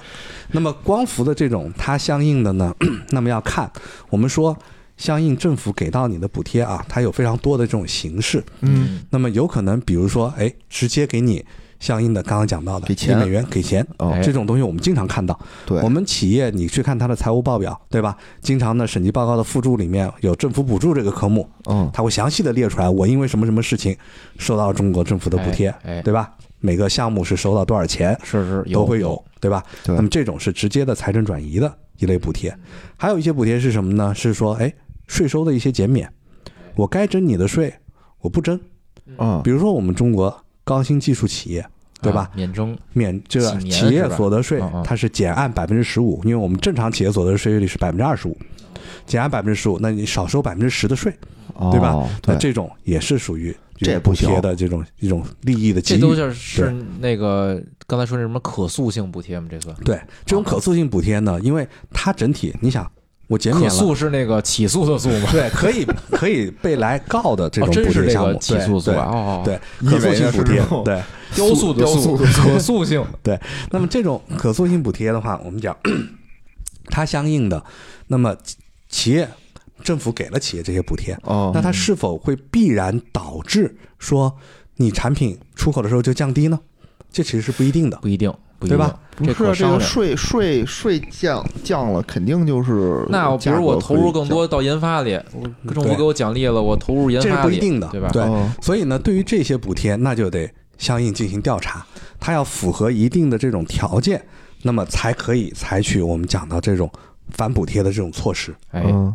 那么光伏的这种，它相应的呢， 那么要看我们说，相应政府给到你的补贴啊，它有非常多的这种形式。
嗯，
那么有可能，比如说，哎，直接给你相应的刚刚讲到的，
给钱
一美元给钱。
哦
哎
这种东西我们经常看到，
对，
我们企业你去看它的财务报表，对吧？经常的审计报告的附注里面有政府补助这个科目，
嗯
它会详细的列出来，我因为什么什么事情受到中国政府的补贴，
哎哎
对吧？每个项目是收到多少钱，
是是，
都会有，对吧？
对
那么这种是直接的财政转移的一类补贴，还有一些补贴是什么呢？是说，哎，税收的一些减免，我该征你的税，我不征。
嗯，
比如说我们中国高新技术企业，对吧
啊？免征
免这个
几年
企业
是吧
所得税
嗯嗯，
它是减按百分之十五，因为我们正常企业所得税率是百分之二十五，减按百分之十五，那你少收百分之十的税，对吧
哦？
那
对，
这种也是属于
这也不
补
行
贴的这种一种利益的
这
给予。
都叫是那个刚才说那什么可塑性补贴吗？这算
对，这种可塑性补贴呢，因为它整体，你想，我减
可
免了，
塑是那个起诉的诉吗？
对，可以 可以被来告的这
哦，
种
真
补
是
贴
这
项
个
目，
起诉诉
对
吧？哦，哦，
对，
以
可塑
为
性
呢
补
是
贴
那，种
对
雕塑
雕塑
塑 可塑性，
对。那么这种可塑性补贴的话，我们讲， 它相应的，那么企业政府给了企业这些补贴，
哦，
那它是否会必然导致说你产品出口的时候就降低呢？这其实 是不一定的。嗯
不一定，不一
对
定
吧？
不是
可
啊这
商
个
量。
税税税降降了，肯定就是
那我比
价
如
格
我
可
投
以
入更
降
多到研发里，政府
嗯对
给我奖励了，我投入研
这是
发
不
里，
一定的，
对吧？
对
哦，
所以呢，对于这些补贴，那就得相应进行调查，它要符合一定的这种条件，那么才可以采取我们讲到这种反补贴的这种措施。
哎，
嗯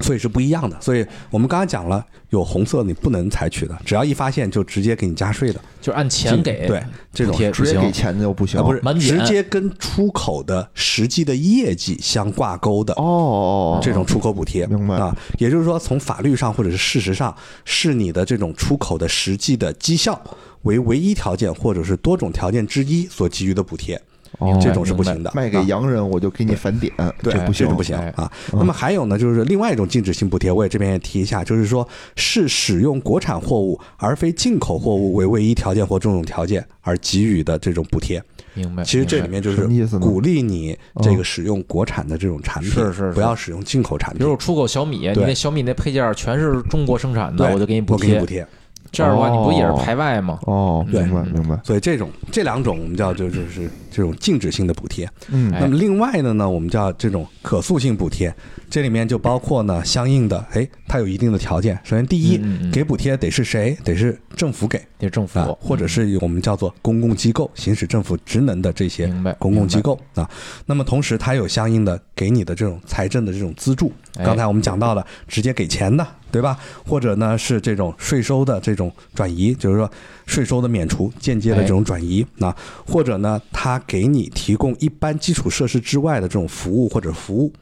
所以是不一样的。所以我们刚才讲了，有红色你不能采取的，只要一发现就直接给你加税的，
就按钱给，
对这种
补贴哦
直接
不行
给钱就不行，
啊不是
满减
直接跟出口的实际的业绩相挂钩的
哦哦，哦
这种出口补贴，
明白
啊？也就是说，从法律上或者是事实上，是你的这种出口的实际的绩效为唯一条件或者是多种条件之一所给予的补贴，
哦
这种是不行的。
卖给
啊
洋人我就给你返点，
对，
这不
这
行
是不行
哎
啊。那么还有呢，就是另外一种禁止性补贴，我也这边也提一下，就是说是使用国产货物而非进口货物为唯一条件或种种条件而给予的这种补贴。
明白。
其实这
嗯明白，
里
嗯
面就
什
是
么意思呢
鼓励你这个使用国产的这种产品，
是是是
不要使用进口产
比
品
如。我出口小米，你
对
那小米那配件全是中国生产的，
对
我就给你补
我给你
贴
补。贴。
这样的话，你不也是
哦
排外吗？
哦，
对
明白明白，
所以这种这两种我们叫就就是这种禁止性的补贴。
嗯
哎
那么另外的呢，我们叫这种可塑性补贴，这里面就包括呢相应的，哎，它有一定的条件。首先，第一，
嗯哦嗯嗯
给补贴得是谁？得是政府给
得政府
啊，或者是我们叫做公共机构行使政府职能的这些
明白
公共机构啊。那么同时，它有相应的给你的这种财政的这种资助。
哎
刚才我们讲到了，直接给钱的，对吧？或者呢是这种税收的这种转移，就是说税收的免除，间接的这种转移。
嗯
那或者呢，它给你提供一般基础设施之外的这种服务或者服务，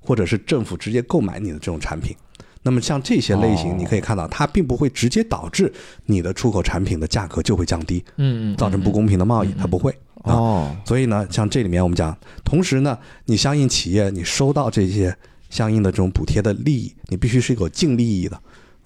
或者是政府直接购买你的这种产品。那么像这些类
哦
型，你可以看到，它并不会直接导致你的出口产品的价格就会降低，
嗯嗯，
造成不公平的贸易，它不会啊。
哦，
所以呢，像这里面我们讲，同时呢，你相应企业你收到这些相应的这种补贴的利益，你必须是有净利益的。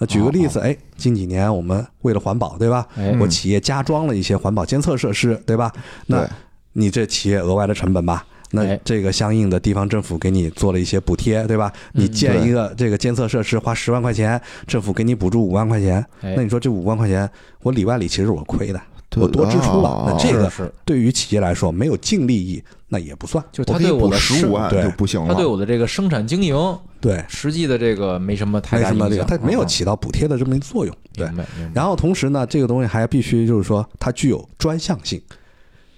那举个例子，哎，近几年我们为了环保，对吧？
哎
我企业加装了一些环保监测设施，对吧？那
对
你这企业额外的成本吧，那
哎
这个相应的地方政府给你做了一些补贴，对吧？你建一个这个监测设施花十万块钱，政府给你补助五万块钱，
哎
那你说这五万块钱我里外里其实我亏的，
对
我多支出了
哦，
那这个
是是
对于企业来说没有净利益，那也不算。
就是
我
他
给
对
你补
的
十
生
五万
对
就不行
他
了，
对我的这个生产经营
对，
实际的这个没什么太
没
大
什么
影
这个，
响，
它没有
嗯
起到补贴的这么一个作用。对，
明白明白。
然后同时呢，这个东西还必须就是说它具有专项性，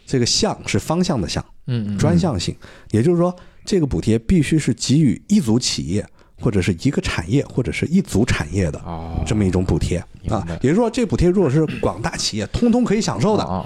这个项是方向的项。
嗯嗯，
专项性，也就是说，这个补贴必须是给予一组企业或者是一个产业或者是一组产业的
哦，
这么一种补贴
明白
啊。也就是说，这补贴如果是广大企业通通可以享受的，
啊，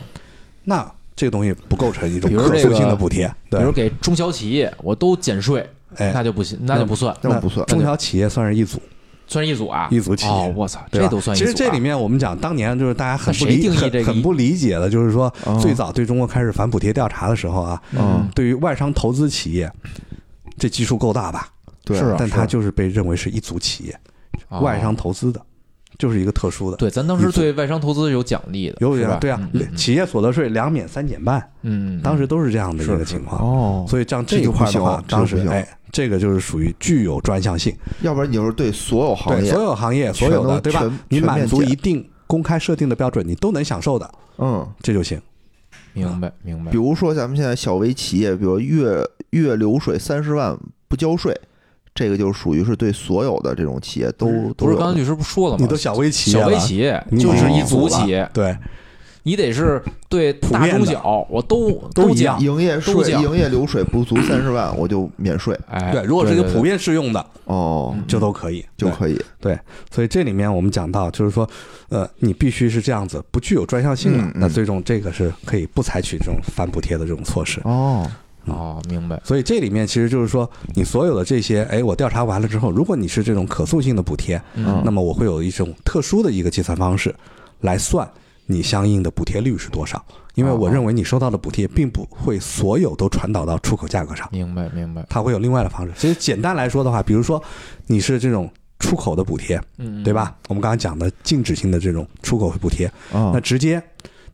那这个东西不构成一种
比如
可
这
塑
个
性的补贴。
比
对
如，给中小企业我都减税，
哎
那就不行，那就不算，
那不算，
中小企业算是一组，
算是一组啊，
一组企业
哦，我操，
对
这
吧
都算一组
其
啊。
实这里面我们讲，当年就是大家很
那
不
谁
理
定义这
很
个
很
一
不理解的，就是说
哦
最早对中国开始反补贴调查的时候啊，
嗯，
对于外商投资企业，这基数够大吧？
对，
是啊
但它就是被认为是一组企业，
哦
外商投资的，就是一个特殊的。
对，咱当时对外商投资有奖励的，
有
是吧
对啊，
嗯嗯
企业所得税两免三减半，
嗯，嗯
当时都是这样的一
是是
个情况。
哦，
所以像
这
这一
就不
块的
行
话，
这就
当
不
时
行
哎，这个就是属于具有专项性，
要不然你就是对所有行
对
业
所，有行业所
全
有的
都
对吧
全？
你
全
满
面
足
减
一定公开设定的标准，你都能享受的，
嗯，
这就行。
明白明白
比，如说咱们现在小微企业，比如月月流水三十万不交税，这个就属于是对所有的这种企业都都
嗯不是
有
刚才
的
律师不说了吗？
你都小微企业
小微
了
企业
你
就是
已
一
经
组
了
企业，
对
你得是对
普
大
遍
中
的
小我都
都一
讲
样，
营业
都
税
讲
营业流水不足三十万，我就免 税
哎，
对，如果是一个普
遍
遍适用的，
哦，
嗯
就都可以，
就
对
可以。
对，所以这里面我们讲到，就是说，呃，你必须是这样子，不具有专项性的，
嗯嗯
那最终这个是可以不采取这种反补贴的这种措施。
哦，
哦，明白，
所以这里面其实就是说，你所有的这些，哎，我调查完了之后，如果你是这种可塑性的补贴，
嗯
那么我会有一种特殊的一个计算方式来算你相应的补贴率是多少，因为我认为你收到的补贴并不会所有都传导到出口价格上。
明白明白，
它会有另外的方式。其实简单来说的话，比如说你是这种出口的补贴，
嗯，嗯
对？吧？我们刚刚讲的禁止性的这种出口补贴，
嗯
啊
那直接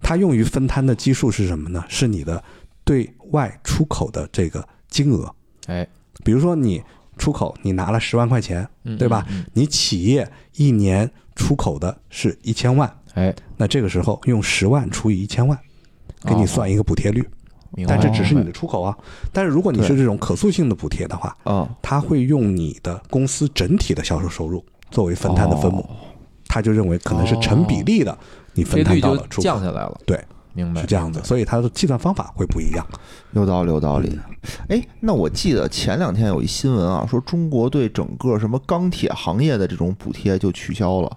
它用于分摊的基数是什么呢？是你的对外出口的这个金额。
哎，
比如说你出口，你拿了十万块钱，
嗯
对吧？
嗯
你企业一年出口的是一千万，
哎，
那这个时候用十万除以一千万，给你
哦
算一个补贴率。
明白
但这只是你的出口啊。但是如果你是这种可塑性的补贴的话，
啊，
他会用你的公司整体的销售收入作为
哦
分摊的分母，他就认为可能是成比例的，你
这
分摊
率
到
就
了出
降
口。
下来了，
对，
明白
是这样子，所以它的计算方法会不一样。
有道理，有道理。哎，那我记得前两天有一新闻啊，说中国对整个什么钢铁行业的这种补贴就取消了，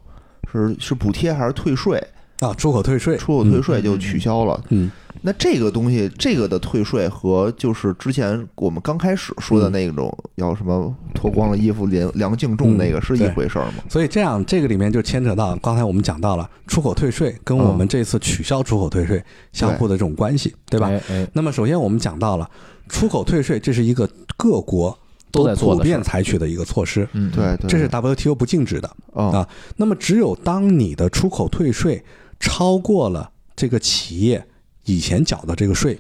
是是补贴还是退税？
啊，出口退税，
出口
嗯
退税就取消了。
嗯，
那这个东西，这个的退税和就是之前我们刚开始说
嗯
的那种要什么脱光了衣服量量净重
嗯
那个是一回事儿吗？
所以这样这个里面就牵扯到刚才我们讲到了出口退税跟我
嗯
们这次取消出口退税相互的这种关系，对吧？
哎哎，
那么首先我们讲到了出口退税，这是一个各国
都在做
普
的事儿
遍采取的一个措施，
嗯，
对对，
这是 WTO 不禁止的。
啊
啊那么只有当你的出口退税超过了这个企业以前缴的这个税，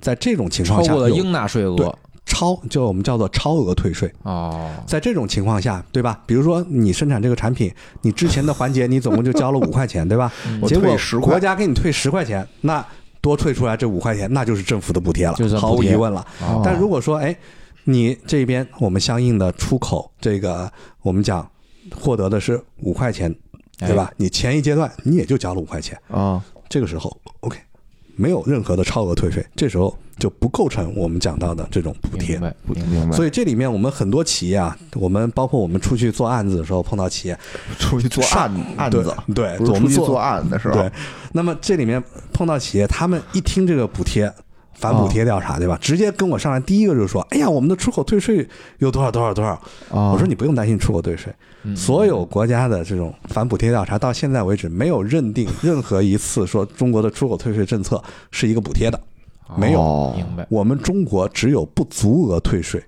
在这种情
超
况下
过了
有
应纳税
对
额
超，就我们叫做超额退税。
哦，
在这种情况下，对吧？比如说你生产这个产品，你之前的环节你总共就交了五块钱， 对吧？
嗯
我
结果
退十
国
块，
家给你退十块钱，那多退出来这五块钱，那就是政府的补贴了，
就是
毫
补
无
贴
疑问了。
哦
但如果说，哎，你这边我们相应的出口这个，我们讲获得的是五块钱，对
哎
吧？你前一阶段你也就交了五块钱，
哎
啊，
这个时候 OK，没有任何的超额退税，这时候就不构成我们讲到的这种补贴
明。白
不
明白，
明白。
所
以
以这里面我们很多企业啊，我们包括我们出去做案子的时候碰到企业，
出去做案案子，
对，对哎
不是
我
出
们
去
做
做案啊的时候
对，，那么这里面碰到企业，他们一听这个补贴。反
啊
补贴调查对吧？直接跟我上来，第一个就是说，哎呀，我们的出口退税有多少多少多少。
啊嗯
我说你不用担心出口退税，所有国家的这种反补贴调查到现在为止，没有 认定任何一次说中国的出口退税政策是一个补贴的，没有。
哦
明白，
我们中国只有不足额退税，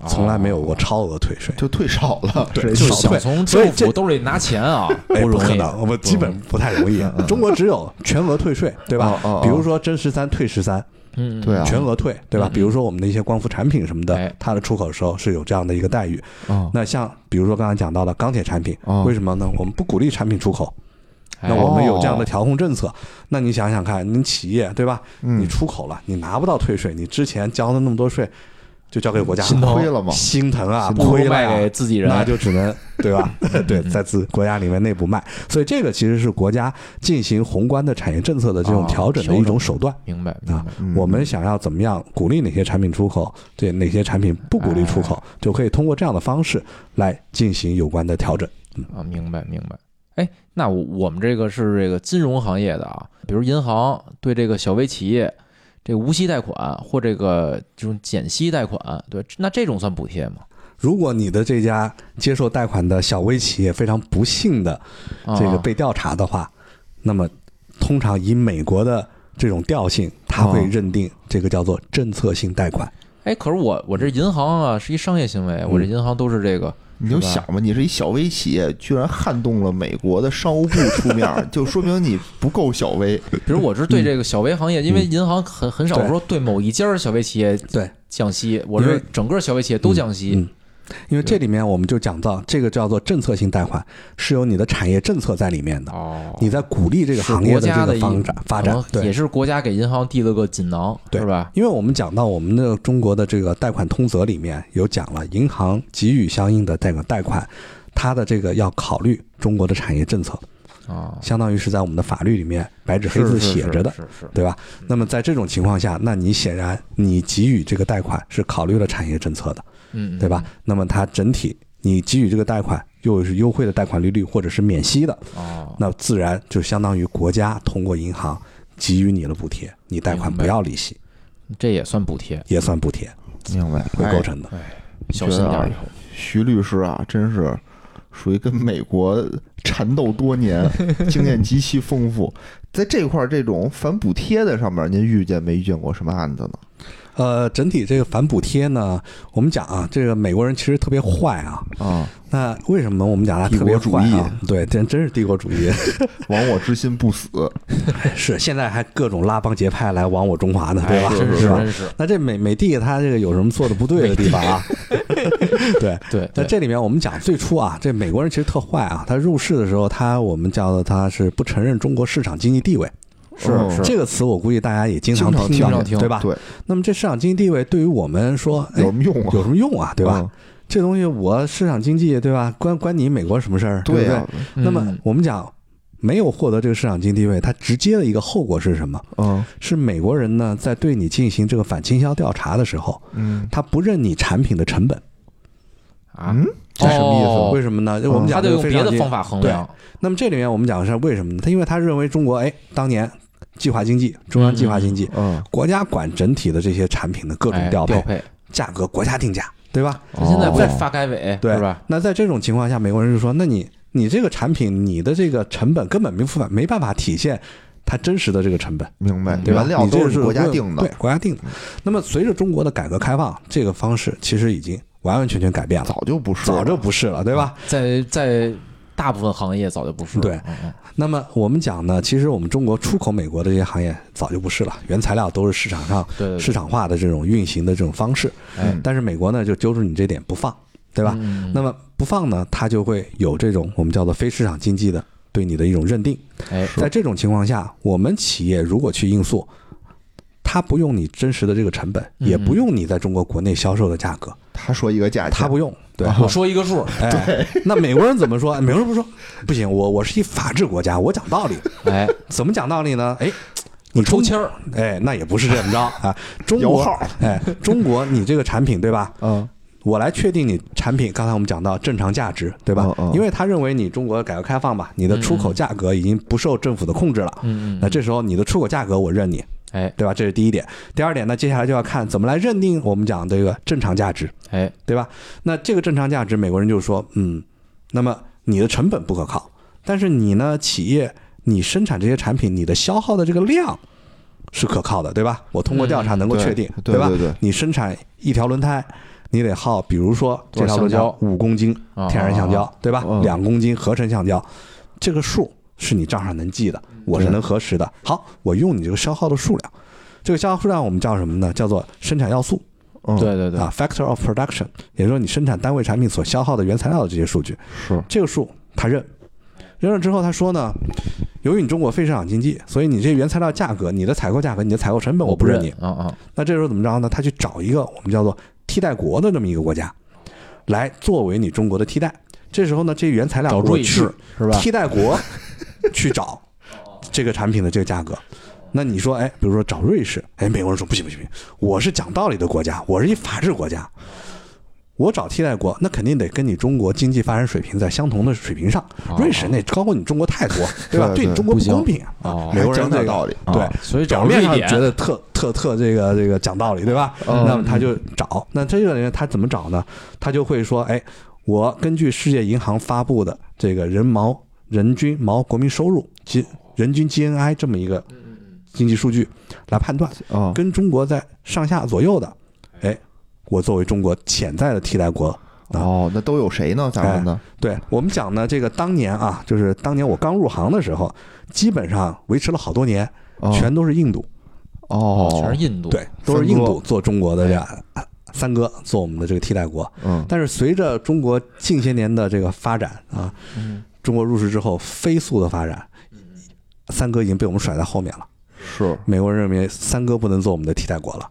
哦
从来没有过超额退税。
就退少了，
对
谁
哦就是
少
想
退
从
所以
政
这
府兜里拿钱啊，
哎
容
可
易，
能，我们基
嗯
本不太容易。中国只有全额退税，对吧
哦哦哦？
比如说真十三退十三，
嗯，
对啊，
全额退，对吧？比如说我们的一些光伏产品什么的
哎，
它的出口的时候是有这样的一个待遇。
哦
那像比如说刚才讲到的钢铁产品
哦，
为什么呢？我们不鼓励产品出口，
哎
那我们有这样的调控政策。那你想想看，您企业对吧？
嗯
你出口了，你拿不到退税，你之前交的那么多税，就交给国家了
心疼
亏了吗？
心疼啊，
不如
亏了
卖
呀
给自己人，
那就只能对吧？ 对，在自国家里面内部卖，所以这个其实是国家进行宏观的产业政策的这种
啊
哦调整的一种手段。
明白明白，
嗯
我们想要怎么样鼓励哪些产品出口，对哪些产品不鼓励出口，就可以通过这样的方式来进行有关的调整。
啊，明白明白。哎，那我我们这个是这个金融行业的啊，比如银行对这个小微企业这个无息贷款或这个这种减息贷款，对，那这种算补贴吗？
如果你的这家接受贷款的小微企业非常不幸的
啊、
这个被调查的话，那么通常以美国的这种调性，它会
哦
认定这个叫做政策性贷款。
哎，可是我我这银行啊是一商业行为，我
嗯
这银行都是这个，
你就是
吧
想吧，你是一小微企业，居然撼动了美国的商务部出面儿，就说明你不够小 微。
比如我是对这个小微行业，因为银行很很少
嗯对
说对某一家小微企业
对，
降息，我
因
是
为
整个小微企业都降息，
嗯因为这里面我们就讲到，这个叫做政策性贷款，是有你的产业政策在里面的，
哦，
你在鼓励这个
是
行业
国
的
家
这
的
个
一哦
发展发展
可。能也
对，
是国家给银行递了个锦囊，
对
是吧？
因为我们讲到我们的中国的这个贷款通则里面有讲了，银行给予相应的这个贷款，它的这个要考虑中国的产业政策，
啊，
相当于是在我们的法律里面白纸黑
是
字
是
写
是
着的。
是是
对吧？那么在这种情况下，那你显然你给予这个贷款是考虑了产业政策的，
嗯，嗯
对吧？？那么它整体你给予这个贷款又是优惠的贷款利率或者是免息的，
哦，
那自然就相当于国家通过银行给予你了补贴，你贷款
明白
不要利息
这也算补贴，
也算补贴，
明白，
会构成的。
小
啊
心点儿以后。
徐律师啊，真是属于跟美国缠斗多年，经验极其丰富。在这块儿这种反补贴的上面，您遇见没遇见过什么案子呢？
呃，整体这个反补贴呢，我们讲啊，这个美国人其实特别坏啊。
啊，
那为什么我们讲他
帝
特别
国主
坏啊？
义
对，真真是帝国主义。
亡我之心不死，
是现在还各种拉帮结派来亡我中华呢，对吧？
哎真是
是吧？
真是，
那这美美帝他这个有什么做的不对的地方 啊？对。
对，
那
对
这里面我们讲最初啊，这美国人其实特坏啊，他入世的时候，他我们叫做他是不承认中国市场经济地位，
是
哦
是
这个词我估计大家也经常
经常
听到，
经常听
对吧？
对，
那么这市场经济地位对于我们说，哎
有什么用啊？
有什么用啊？对吧？
嗯？
这
啊
东西我市场经济，对吧？关关你美国什么事儿？对不
呀，
那么
嗯
我们讲，没有获得这个市场经济地位，它直接的一个后果是什么？
嗯
是美国人呢在对你进行这个反倾销调查的时候，
嗯
他不认你产品的成本，嗯
啊，
这什么意思？
哦为什么呢？我
哦
们
他
讲
得
这
用
个非
别
常
的
经
方法衡量。
那么这里面我们讲的是为什么呢？他因为他认为中国哎当年计划经济，中央计划经济，
嗯，
国家管整体的这些产品的各种
哎
调
调
配，
配，
价格国家定价，对吧？
他现在不是
哦
发改委
对
是吧？
那在这种情况下，美国人就说：那你你这个产品，你的这个成本根本没办法没办法体现它真实的这个成本。
明白，
对吧
原料
嗯你这
都
个是
国家
为
定
对
的，
国家定的。那么随着中国的改革开放，这个方式其实已经完完全全改变了，
早就不是，
早就不是了，对吧？
在在大部分行业早就不是了
对
嗯嗯
那么我们讲呢，其实我们中国出口美国的这些行业早就不是了，原材料都是市场上
对对对
市场化的这种运行的这种方式。
哎
但是美国呢，就揪住你这点不放，对吧？
嗯
那么不放呢，它就会有这种我们叫做非市场经济的对你的一种认定。
哎
在这种情况下，我们企业如果去应诉，它不用你真实的这个成本，
嗯
也不用你在中国国内销售的价格，
他说一个价钱，
它不用。对，
我说一个数，
哎，那美国人怎么说？美国人不说，不行，我我是一法治国家，我讲道理。
哎，
怎么讲道理呢？哎，
你
你
抽
中
签儿，
哎，那也不是这 么着啊。中
摇
国
号，
哎，中国你这个产品对吧？
嗯
我来确定你产品，刚才我们讲到正常价值，对
哦
吧？
嗯嗯
因为他认为你中国改革开放嘛，你的出口价格已经不受政府的控制了。
嗯嗯
那这时候你的出口价格我认你，
哎
对吧？这是第一点。第二点呢，接下来就要看怎么来认定我们讲这个正常价值，
哎
对吧？那这个正常价值，美国人就说，嗯，那么你的成本不可靠，但是你呢，企业你生产这些产品，你的消耗的这个量是可靠的，对吧？我通过调查能够
对
确定，
对
吧？
对对
你生产一条轮胎，你得耗，比如说这条轮胎
多少橡
五公斤
啊
天然橡胶，对吧
嗯？
两公斤合成橡胶，这个数是你账上能记的，我是
对
能核实的。好，我用你这个消耗的数量，这个消耗数量我们叫什么呢？叫做生产要素。
嗯，
对对对，
啊，factor of production，也就是说你生产单位产品所消耗的原材料的这些数据，
是，
这个数他认，认了之后他说呢，由于你中国非市场经济，所以你这原材料价格、你的采购价格、你的采购成本我不认你。
啊啊，
那这时候怎么着呢？他去找一个我们叫做替代国的这么一个国家，来作为你中国的替代。这时候呢，这些原材料
找
我
瑞
去
士是吧？
替代国去找这个产品的这个价格。那你说，哎，比如说找瑞士，哎，美国人说不行不行不行，我是讲道理的国家，我是一法治国家，我找替代国，那肯定得跟你中国经济发展水平在相同的水平上。
哦
瑞士那高过你中国太多，对吧？
对
对你
对
中国
不
不
行
公平啊！
哦
美国
还
人
讲
这
点
个
道理，
对
啊，
所以
表
找
面
瑞
上
典
觉得特特特这个这个讲道理，对吧？
嗯
那么他就找，那这个人他怎么找呢？他就会说，哎，我根据世界银行发布的这个人毛人均毛国民收入及人均 GNI 这么一个经济数据来判断，
嗯，
跟中国在上下左右的，哎，我作为中国潜在的替代国。
哦，那都有谁呢？咱们呢？
对我们讲呢，这个当年啊，就是当年我刚入行的时候，基本上维持了好多年，
嗯
哎全都是印度。
哦，
全是印度，
对，都是印
三
度
哥
做中国的这样三哥做我们的这个替代国。
嗯，
但是随着中国近些年的这个发展啊，中国入世之后飞速的发展，三哥已经被我们甩在后面了。
是，
美国人认为三哥不能做我们的替代国了。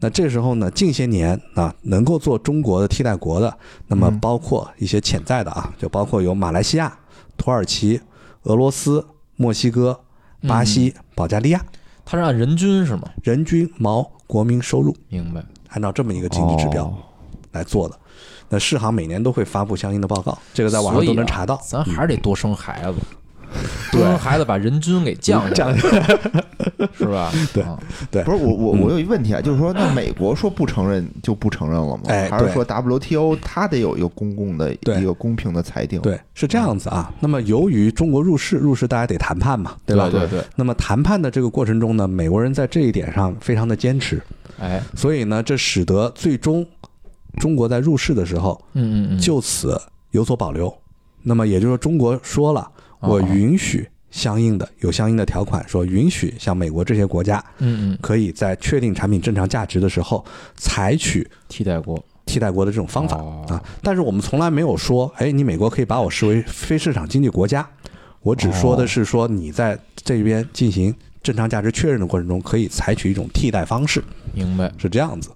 那这时候呢，近些年啊，能够做中国的替代国的，那么包括一些潜在的啊，就包括有马来西亚、土耳其、俄罗斯、墨西哥、巴西、保加利亚，
它是按人均是吗？
人均毛国民收入。
明白。
按照这么一个经济指标
哦
来做的。那世行每年都会发布相应的报告，这个在网
所
上
以
都能
啊
查到。嗯
咱还是得多生孩子，多生孩子把人均给降下来， 是吧？
对
啊
不是我我我有一问题啊，就是说，那美国说不承认就不承认了吗？
哎
还是
对
说 WTO 它得有一个公共的
对
一个公平的裁定？，
对，是这样子啊。那么由于中国入世，入世大家得谈判嘛，
对
吧？
对对，
那么谈判的这个过程中呢，美国人在这一点上非常的坚持，
哎，
所以呢，这使得最终中国在入世的时候
嗯嗯嗯，
就此有所保留。那么也就是说，中国说了，
哦
我允许相应的有相应的条款，说允许像美国这些国家
嗯嗯，
可以在确定产品正常价值的时候，采取
替代国
替代国的这种方法
哦
啊。但是我们从来没有说，哎，你美国可以把我视为非市场经济国家。我只说
哦
的是说你在这边进行正常价值确认的过程中，可以采取一种替代方式，
明白，
是这样子。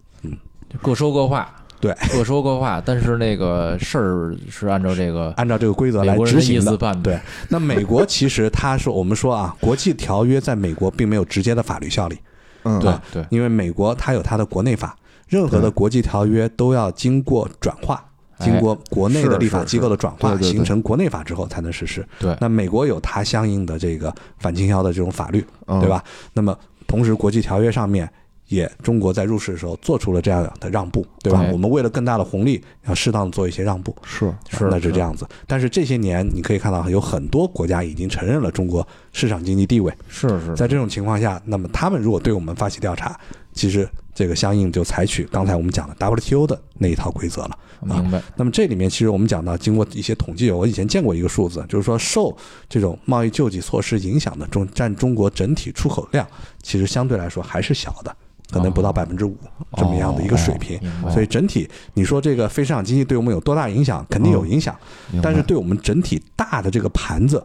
各说各话，
对，
各说各话，但是那个事儿是按照这个
按照这个规则
美
来
国人
执
的意
行
思
的。
办的。
对，那美国其实它是我们说啊，国际条约在美国并没有直接的法律效力，
嗯，
对
啊对，
因为美国它有它的国内法，任何的
对
国际条约都要经过转化，
哎
经过国内的
是
立法
是
机构的转化，
对对对
形成国内法之后才能实施。
对
那美国有它相应的这个反倾销的这种法律，
嗯
对？吧？那么同时，国际条约上面也中国在入市的时候做出了这样的让步，对吧
哎？
我们为了更大的红利，要适当地做一些让步。
是，
是
那是
是
这样子。但是这些年，你可以看到有很多国家已经承认了中国市场经济地位。
是是，
在这种情况下，那么他们如果对我们发起调查，其实这个相应就采取刚才我们讲的 WTO 的那一套规则了。
明白。
那么这里面其实我们讲到，经过一些统计，我以前见过一个数字，就是说受这种贸易救济措施影响的中占中国整体出口量，其实相对来说还是小的，可能不到百分之五这么样的一个水平。
哦明白
所以整体，你说这个非市场经济对我们有多大影响？肯定
哦
有影响，
明白
但是对我们整体大的这个盘子，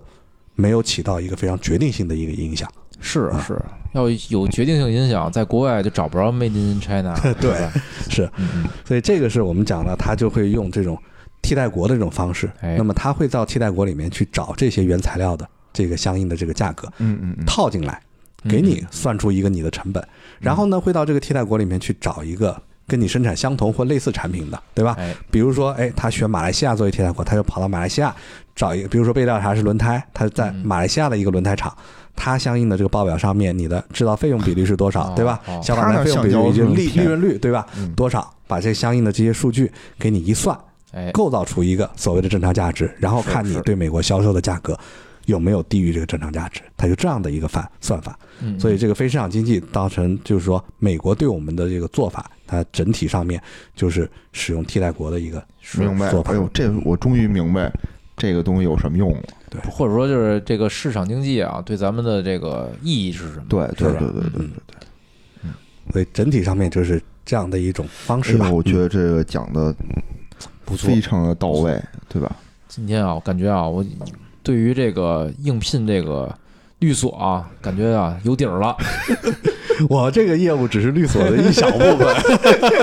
没有起到一个非常决定性的一个影响。
是
啊
嗯
是，要有决定性影响，在国外就找不着 Made in China，对 吧？
是，
嗯嗯
所以这个是我们讲了，他就会用这种替代国的这种方式
哎，
那么他会到替代国里面去找这些原材料的这个相应的这个价格
嗯嗯嗯，
套进来，给你算出一个你的成本，然后呢会到这个替代国里面去找一个跟你生产相同或类似产品的，对吧？
哎，
比如说，哎，他选马来西亚作为替代国，他就跑到马来西亚找一个，比如说被调查是轮胎，他在马来西亚的一个轮胎厂，他相应的这个报表上面你的制造费用比率是多
哦
少，对吧
哦？
小买卖费用比
他那橡胶
率
是
就
不是
利利
骗
润率，对吧
嗯？
多少？把这相应的这些数据给你一算，
哎，
构造出一个所谓的正常价值，然后
是
看你
是
对美国销售的价格有没有低于这个正常价值，它就这样的一个反算法。
嗯
所以这个非市场经济造成就是说美国对我们的这个做法，它整体上面就是使用替代国的一个
明白
做。法
哎。呦，这我终于明白这个东西有什么用了。
或者说就是这个市场经济啊，对咱们的这个意义是什么？
对对
是
对
吧嗯
对对对对，
所以整体上面就是这样的一种方式吧嗯
哎呦。我觉得这个讲的
不错
非常的到位，对吧？
今天啊，我感觉啊，我对于这个应聘这个律所啊，感觉啊有底儿 了，
我这个业务只是律所的一小部 分，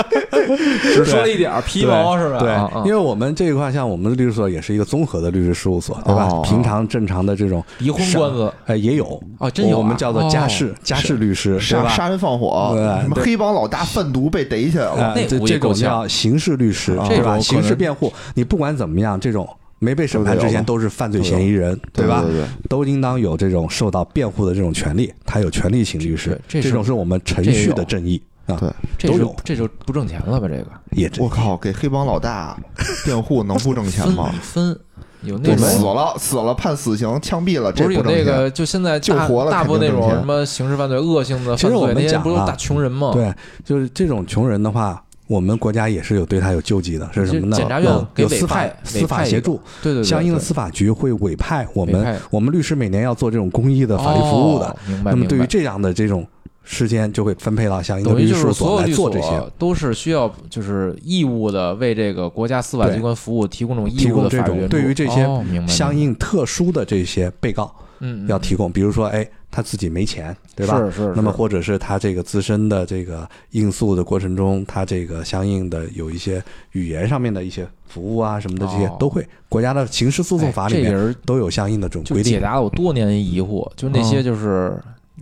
只说了一点儿皮毛是吧？啊
对，
啊
因为我们这一块像我们的律师所也是一个综合的律师事务所，对吧
哦？
平常正常的这种
离婚官司
呃也有
哦真有啊
我们叫做家事家事律师，对
杀
吧？
杀人放火，
对
什么
对
黑帮老大贩毒被逮起来了，
啊，
那
这
我也
这
够
种
呛
叫刑事律师，
哦
啊
对
这种可
吧？
能
刑事辩护，你不管怎么样，这种没被审判之前
都
都是犯罪嫌疑人，
对
吧
对？对，
都应当有这种受到辩护的这种权利，他有权利请律师，
这这是
种是我们程序的正义啊。
对
这
都
就
有
这就不挣钱了吧？这个
也
对我靠，给黑帮老 大辩护能不挣钱
分
吗？
分有 那
对，
种
死了死了判死刑，枪毙了，这
不是有
挣
那
钱。
个，就现在
救
大
活了
大部
肯
分
定挣
那种
钱
什么刑事犯罪、恶性的
其实
犯
我
罪，
们
那些
讲
不都
啊
是大穷人吗？，
对，就是这种穷人的话，我们国家也是有对他有救济的，是什么呢？
就检察院
有
给
有
委
司法
派
司
委
法
派一
协
个
助，
对对对，
相应的
对
司法局会委派我
委
们
派
我们律师每年要做这种公益的法律服务的
哦。明白。
那么对于
明白
这样的这种事件，就会分配到相应的
等
律
于
师
就
事务
是所
所
有
来
律
做
所哦
这些。
都是需要就是义务的为这个国家司法
对
机关服务提供这种义
提
务
供
的
这
法律
种
援助
对于这些
哦明白明白
相应特殊的这些被告
嗯嗯
要提供，比如说，哎，他自己没钱，对吧？
是是是
那么或者是他这个自身的这个应诉的过程中，他这个相应的有一些语言上面的一些服务啊什么的，这些
哦
都会国家的刑事诉讼法
哎
里
这也
面
是
都有相应的这种
就
规
解
定。嗯
答了我多年的疑惑，就是那些就是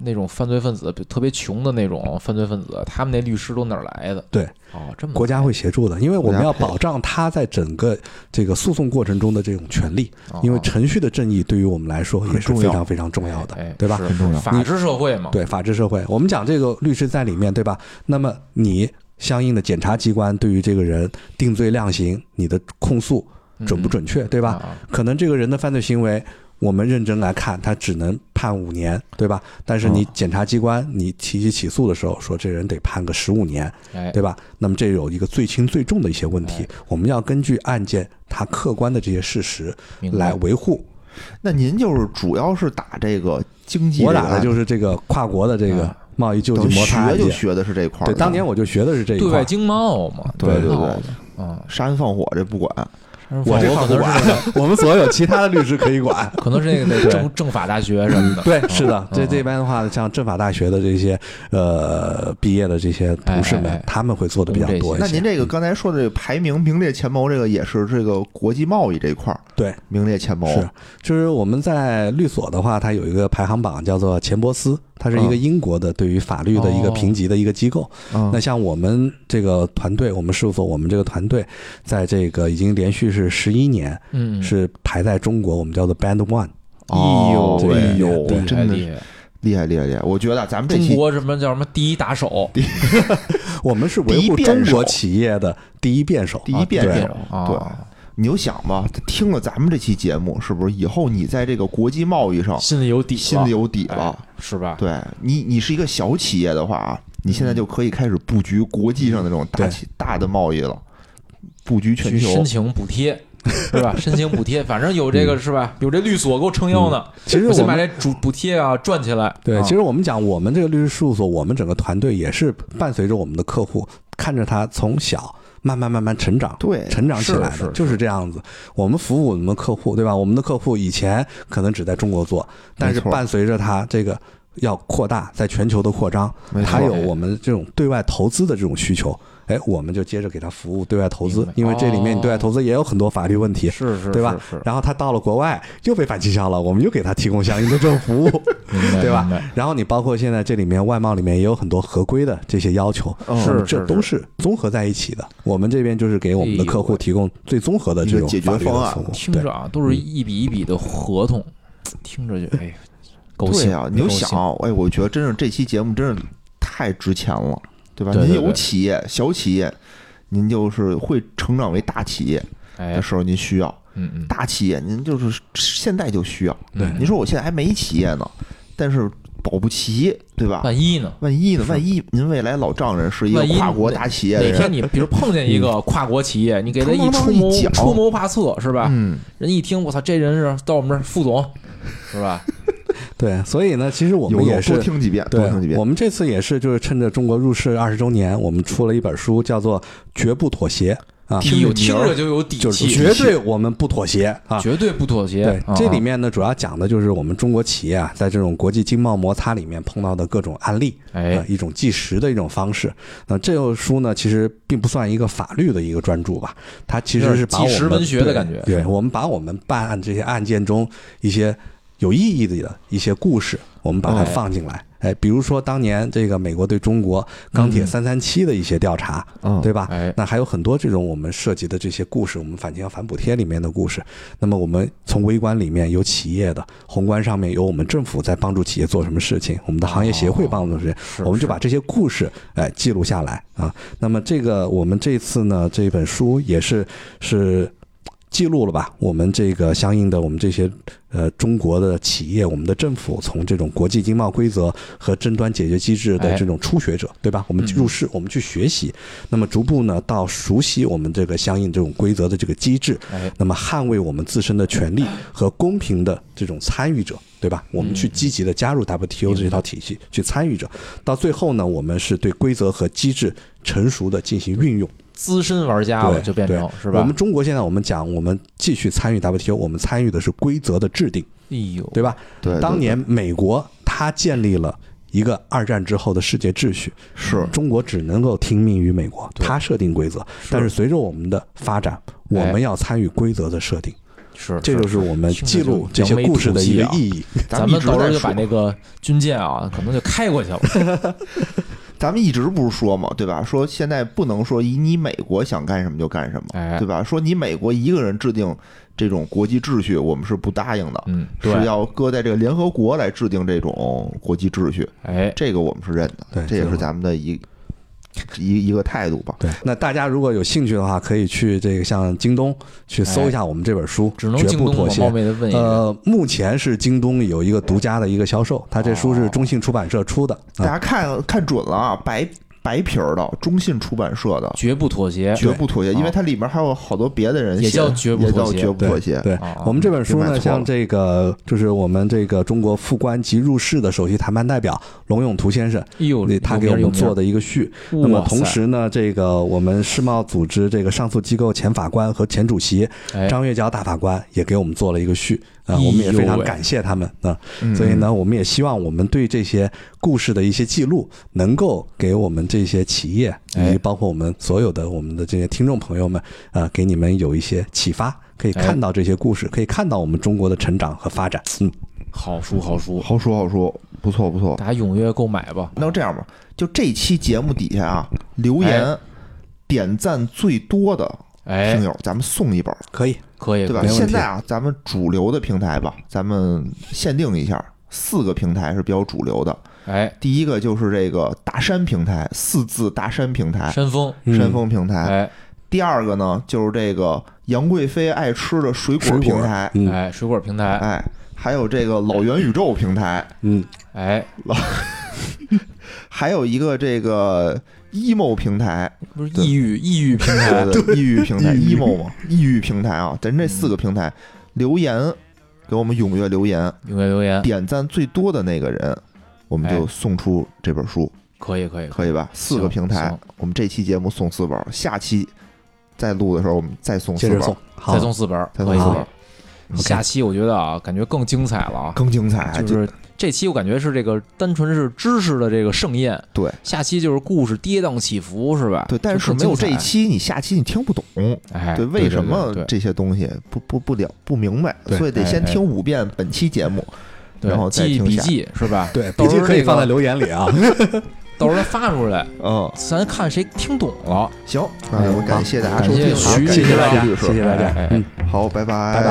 那种犯罪分子，比特别穷的那种犯罪分子，他们那律师都哪儿来的？
对，
哦，这么
国家会协助的，因为我们
国家
要
配
保障他在整个这个诉讼过程中的这种权利，
哦
因为程序的正义对于我们来说也是
重
非
要
常非常重要
哎
的，对吧？
是
很重要
法治社会嘛，
对法治社会，我们讲这个律师在里面，对吧？那么你相应的检察机关对于这个人定罪量刑，你的控诉
嗯
准不准确，对吧？？
啊
可能这个人的犯罪行为，我们认真来看，他只能判五年，对吧？但是你
嗯
检察机关你提起起诉的时候，说这人得判个十五年，
哎，
对吧？那么这有一个最轻最重的一些问题，我们要根据案件它客观的这些事实
明白
来维护。
那您就是主要是打这个经济这
我
个案，
打的就是这个跨国的这个
啊
贸易救
等于
济摩擦
学
案
就
件。
学的是这块儿
对，
的。
当年我就学的是这一哎
对
块
外
儿。
经贸嘛，
对对对，
嗯，
杀人放火这不管，
我这
可
号不
能是
管，我们所有其他的律师可以管。
可能是那个得政政法大学什 么的。
对，是的
嗯，
这这
嗯
边的话，像政法大学的这些呃毕业的这些同事
哎哎
们
哎，
他们会做的比较多一
那
些。
您这个刚才说的这个排名名列前茅，这个也是这个国际贸易这一块儿
对，
名列前茅。
是，就是我们在律所的话，它有一个排行榜叫做钱伯斯，它是一个
嗯
英国的对于法律的一个
哦
评级的一个机构。
嗯
那像我们这个团队，我们事务所，我们这个团队，在这个已经连续是十一年，
嗯，
是排在中国，我们叫做 Band One。
哦
这个
哎呦
对
真
太
的
厉害！
厉害厉害厉害！我觉得咱们这
中
期
国什么叫什么第一打手，
我们是维护
第一辩
中
手
国企业的第一辩手。
第一遍
对
这种
啊，
你就想吧，听了咱们这期节目，是不是以后你在这个国际贸易上
心里有底了，
心里有底了？
是吧？
对你，你是一个小企业的话啊，你现在就可以开始布局国际上的这种大
对
企大的贸易了，布局全
嗯去申
球。
请补贴。是吧？申请补贴，反正有这个是吧？有这律所给我撑腰呢。
嗯其实
我
我
先把
们
这主补贴啊赚起来。
对，
啊
其实我们讲，我们这个律师事务所，我们整个团队也是伴随着我们的客户，看着他从小慢慢慢慢成长。
对，
成长起来的
是是
就是这样子。我们服务我们的客户，对吧？我们的客户以前可能只在中国做，但
没
是
错
伴随着他这个要扩大，在全球的扩张，
没错
他有我们这种对外投资的这种需求，哎，我们就接着给他服务对外投
明
资
白，
因为这里面你对外投资也有很多法律问题，
是是，
对吧
是是
然后他到了国外又被反倾销了，我们又给他提供相应的这种服务，
明白
对吧
明白
然后你包括现在这里面外贸里面也有很多合规的这些要求，
嗯
是
这都是综合在一起的。我们这边就是给我们的客户提供最综合的这
哎一个
种
解决
法律的
方案
服务
听
对
着啊，都是一笔一笔的合同，听着就哎呀，狗
对
血
呀、你就想，
狗，
哎，我觉得真是这期节目真是太值钱了，对吧？
对对
您有
对
企业、小企业，您就是会成长为大企业
血哎
的，时候，您需要
嗯嗯，
大企业，您就是现在就需要。
对
嗯
您说我现在还没企业呢，但是保不齐，对吧？
万一呢？
万一呢？
是
万一您未来老丈人是一个
万一
跨国大企业的
哪
人
天，你比如碰见一个
嗯
跨国企业，你给他一
砰
出
砰砰
谋
一脚
出谋划策是吧？
嗯，
人一听我操，这人是到我们这儿副总是 吧？
对，所以呢，其实我
有
们
有
也
多
是。
听几遍，多
对
听几，遍
我。们这次也是，就是趁着中国入世二十周年，我们出了一本书，叫做《绝不妥协》啊，
听着
有
名
听
儿
着就有底
就是
气，
绝对我们不妥协啊，
绝对不妥协。
对
啊，
这里面呢，主要讲的就是我们中国企业啊，在这种国际经贸摩擦里面碰到的各种案例，
哎
呃，一种计时的一种方式。那这本书呢，其实并不算一个法律的一个专注吧，它其实是把我
有点纪实
们
文学的感觉
对对我们把我们办案这些案件中一些有意义的一些故事，我们把它
哎
放进来。哎，比如说当年这个美国对中国钢铁
嗯
三三七的一些调查，
嗯
对吧？
哎，
那还有很多这种我们涉及的这些故事，我们反倾销反补贴里面的故事。那么我们从微观里面有企业的，宏观上面有我们政府在帮助企业做什么事情，我们的行业协
哦
会帮助什么事
是
情，我们就把这些故事哎记录下来啊。那么这个我们这次呢这本书也是是。记录了吧？我们这个相应的，我们这些呃中国的企业，我们的政府从这种国际经贸规则和争端解决机制的
哎
这种初学者，对吧？我们
嗯
入世，我们去学习，那么逐步呢到熟悉我们这个相应这种规则的这个机制，
哎
那么捍卫我们自身的权利和公平的这种参与者，对吧？
嗯
我们去积极的加入 WTO 这套体系，去参与者，到最后呢，我们是对规则和机制成熟的进行运用。
资深玩家了
对，
啊就变成
对
是吧？
我们中国现在我们讲，我们继续参与 WTO，我们参与的是规则的制定，
哎呦，
对吧？
对，对
当年美国它建立了一个二战之后的世界秩序，
是
中国只能够听命于美国，
对
它设定规则。但是随着我们的发展，我
哎
们要参与规则的设定，
是，
这就是我们
听着
记录
就
这些
扬眉
故事
吐
的
气
一个
啊
意 义。
咱
们
们
一直
到时
在
候就把
说，
那个军舰啊，可能就开过去 了。
咱们一直不是说嘛，对吧？说现在不能说以你美国想干什么就干什么，
哎
对，吧？说你美国一个人制定这种国际秩序，我们是不答应的，
嗯，
是
对，
要搁在这个联合国来制定这种国际秩序，
哎，
这个我们是认的，
对
这也
这
是
个
咱们的一一一个态度吧。
对，那大家如果有兴趣的话，可以去这个像京东去搜一下我们这本书
哎只能
《绝
京
不
东，
妥
我
协
冒》。昧的问一句，
呃，目前是京东有一
哦
个独家的一个销售，它这书是中信出版社出的。
大
啊，
家看看准了啊，白白皮儿的中信出版社的，
绝不妥协。
绝不妥协，
啊
因为它里面还有好多别的人写
也叫绝不
也
妥
叫
协
绝不
对
妥协。
对
啊，
我们这本书
明白错
呢，
了
像这个就是我们这个中国副官及入世的首席谈判代表龙永图先生，
哎呦，
那他给我们做的一个序。
有
那
名儿，
么
哇塞
同，时呢，这个我们世贸组织这个上诉机构前法官和前主席
哎，
张月娇大法官也给我们做了一个序啊、
哎呦
我们也非常
喂
感谢他们啊、
嗯
所以呢，我们也希望我们对这些故事的一些记录，能够给我们这些企业
哎
以及包括我们所有的我们的这些听众朋友们，啊，给你们有一些启发，可以
哎
看到这些故事，可以看到我们中国的成长和发展。嗯，
好书好书，
好说好说，不错不错。
大家踊跃购买吧。
那就这样吧，就这期节目底下啊，留言、点赞最多的
哎
听，友，咱们送一本儿，
可以，
可以，
对吧
可？以
没问题
现在啊，咱们主流的平台吧，咱们限定一下，四个平台是比较主流的。
哎，
第一个就是这个大山平台，四字大山平台，
山峰，
嗯
山峰平台。
哎
第二个呢，就是这个杨贵妃爱吃的水
水
果
果
平台，
嗯
哎，水果平台，
哎，还有这个老袁宇宙平台，
嗯，
哎，
还有一个这个 emo 平台，
不是
对
抑郁抑郁平台，
对对，抑郁平台
抑郁
emo 嘛，抑郁平台啊，咱这四个平台留言，给我们踊跃留言，
踊跃留言，
点赞最多的那个人，我们就
哎
送出这本书，
可以可以，
可以吧？四个
行
平台
行，
我们这期节目送四本，下期再录的时候我们再送四
接
本
着，送，好
再，送四本儿，
再
可
送
以
四
好
本，OK
下期我觉得啊，感觉更精彩了啊。
更精彩，
就
这
是这期我感觉是这个单纯是知识的这个盛宴，
对，
下期就是故事跌宕起伏，是吧？
对，但是
就更
没有这
精
一，
彩
期，你下期你听不懂。
哎，
对，
对，
为什么
对对对
这些东西不不不了不明白，
对
所以得
哎
先
哎
听五遍本期节目。
对
然后再
记
听
笔
下
记是吧？
对，
到
笔
时
记
候
可以
这个
放在留言里啊。
到时候发出来，
嗯，
咱看谁听懂了。
行，那
哎
我感
嗯好
谢大家
感
收
谢
听，好
徐
感
律
谢
师
大
啊
家，
谢谢大家
哎哎，
嗯，
好，拜拜，
拜拜。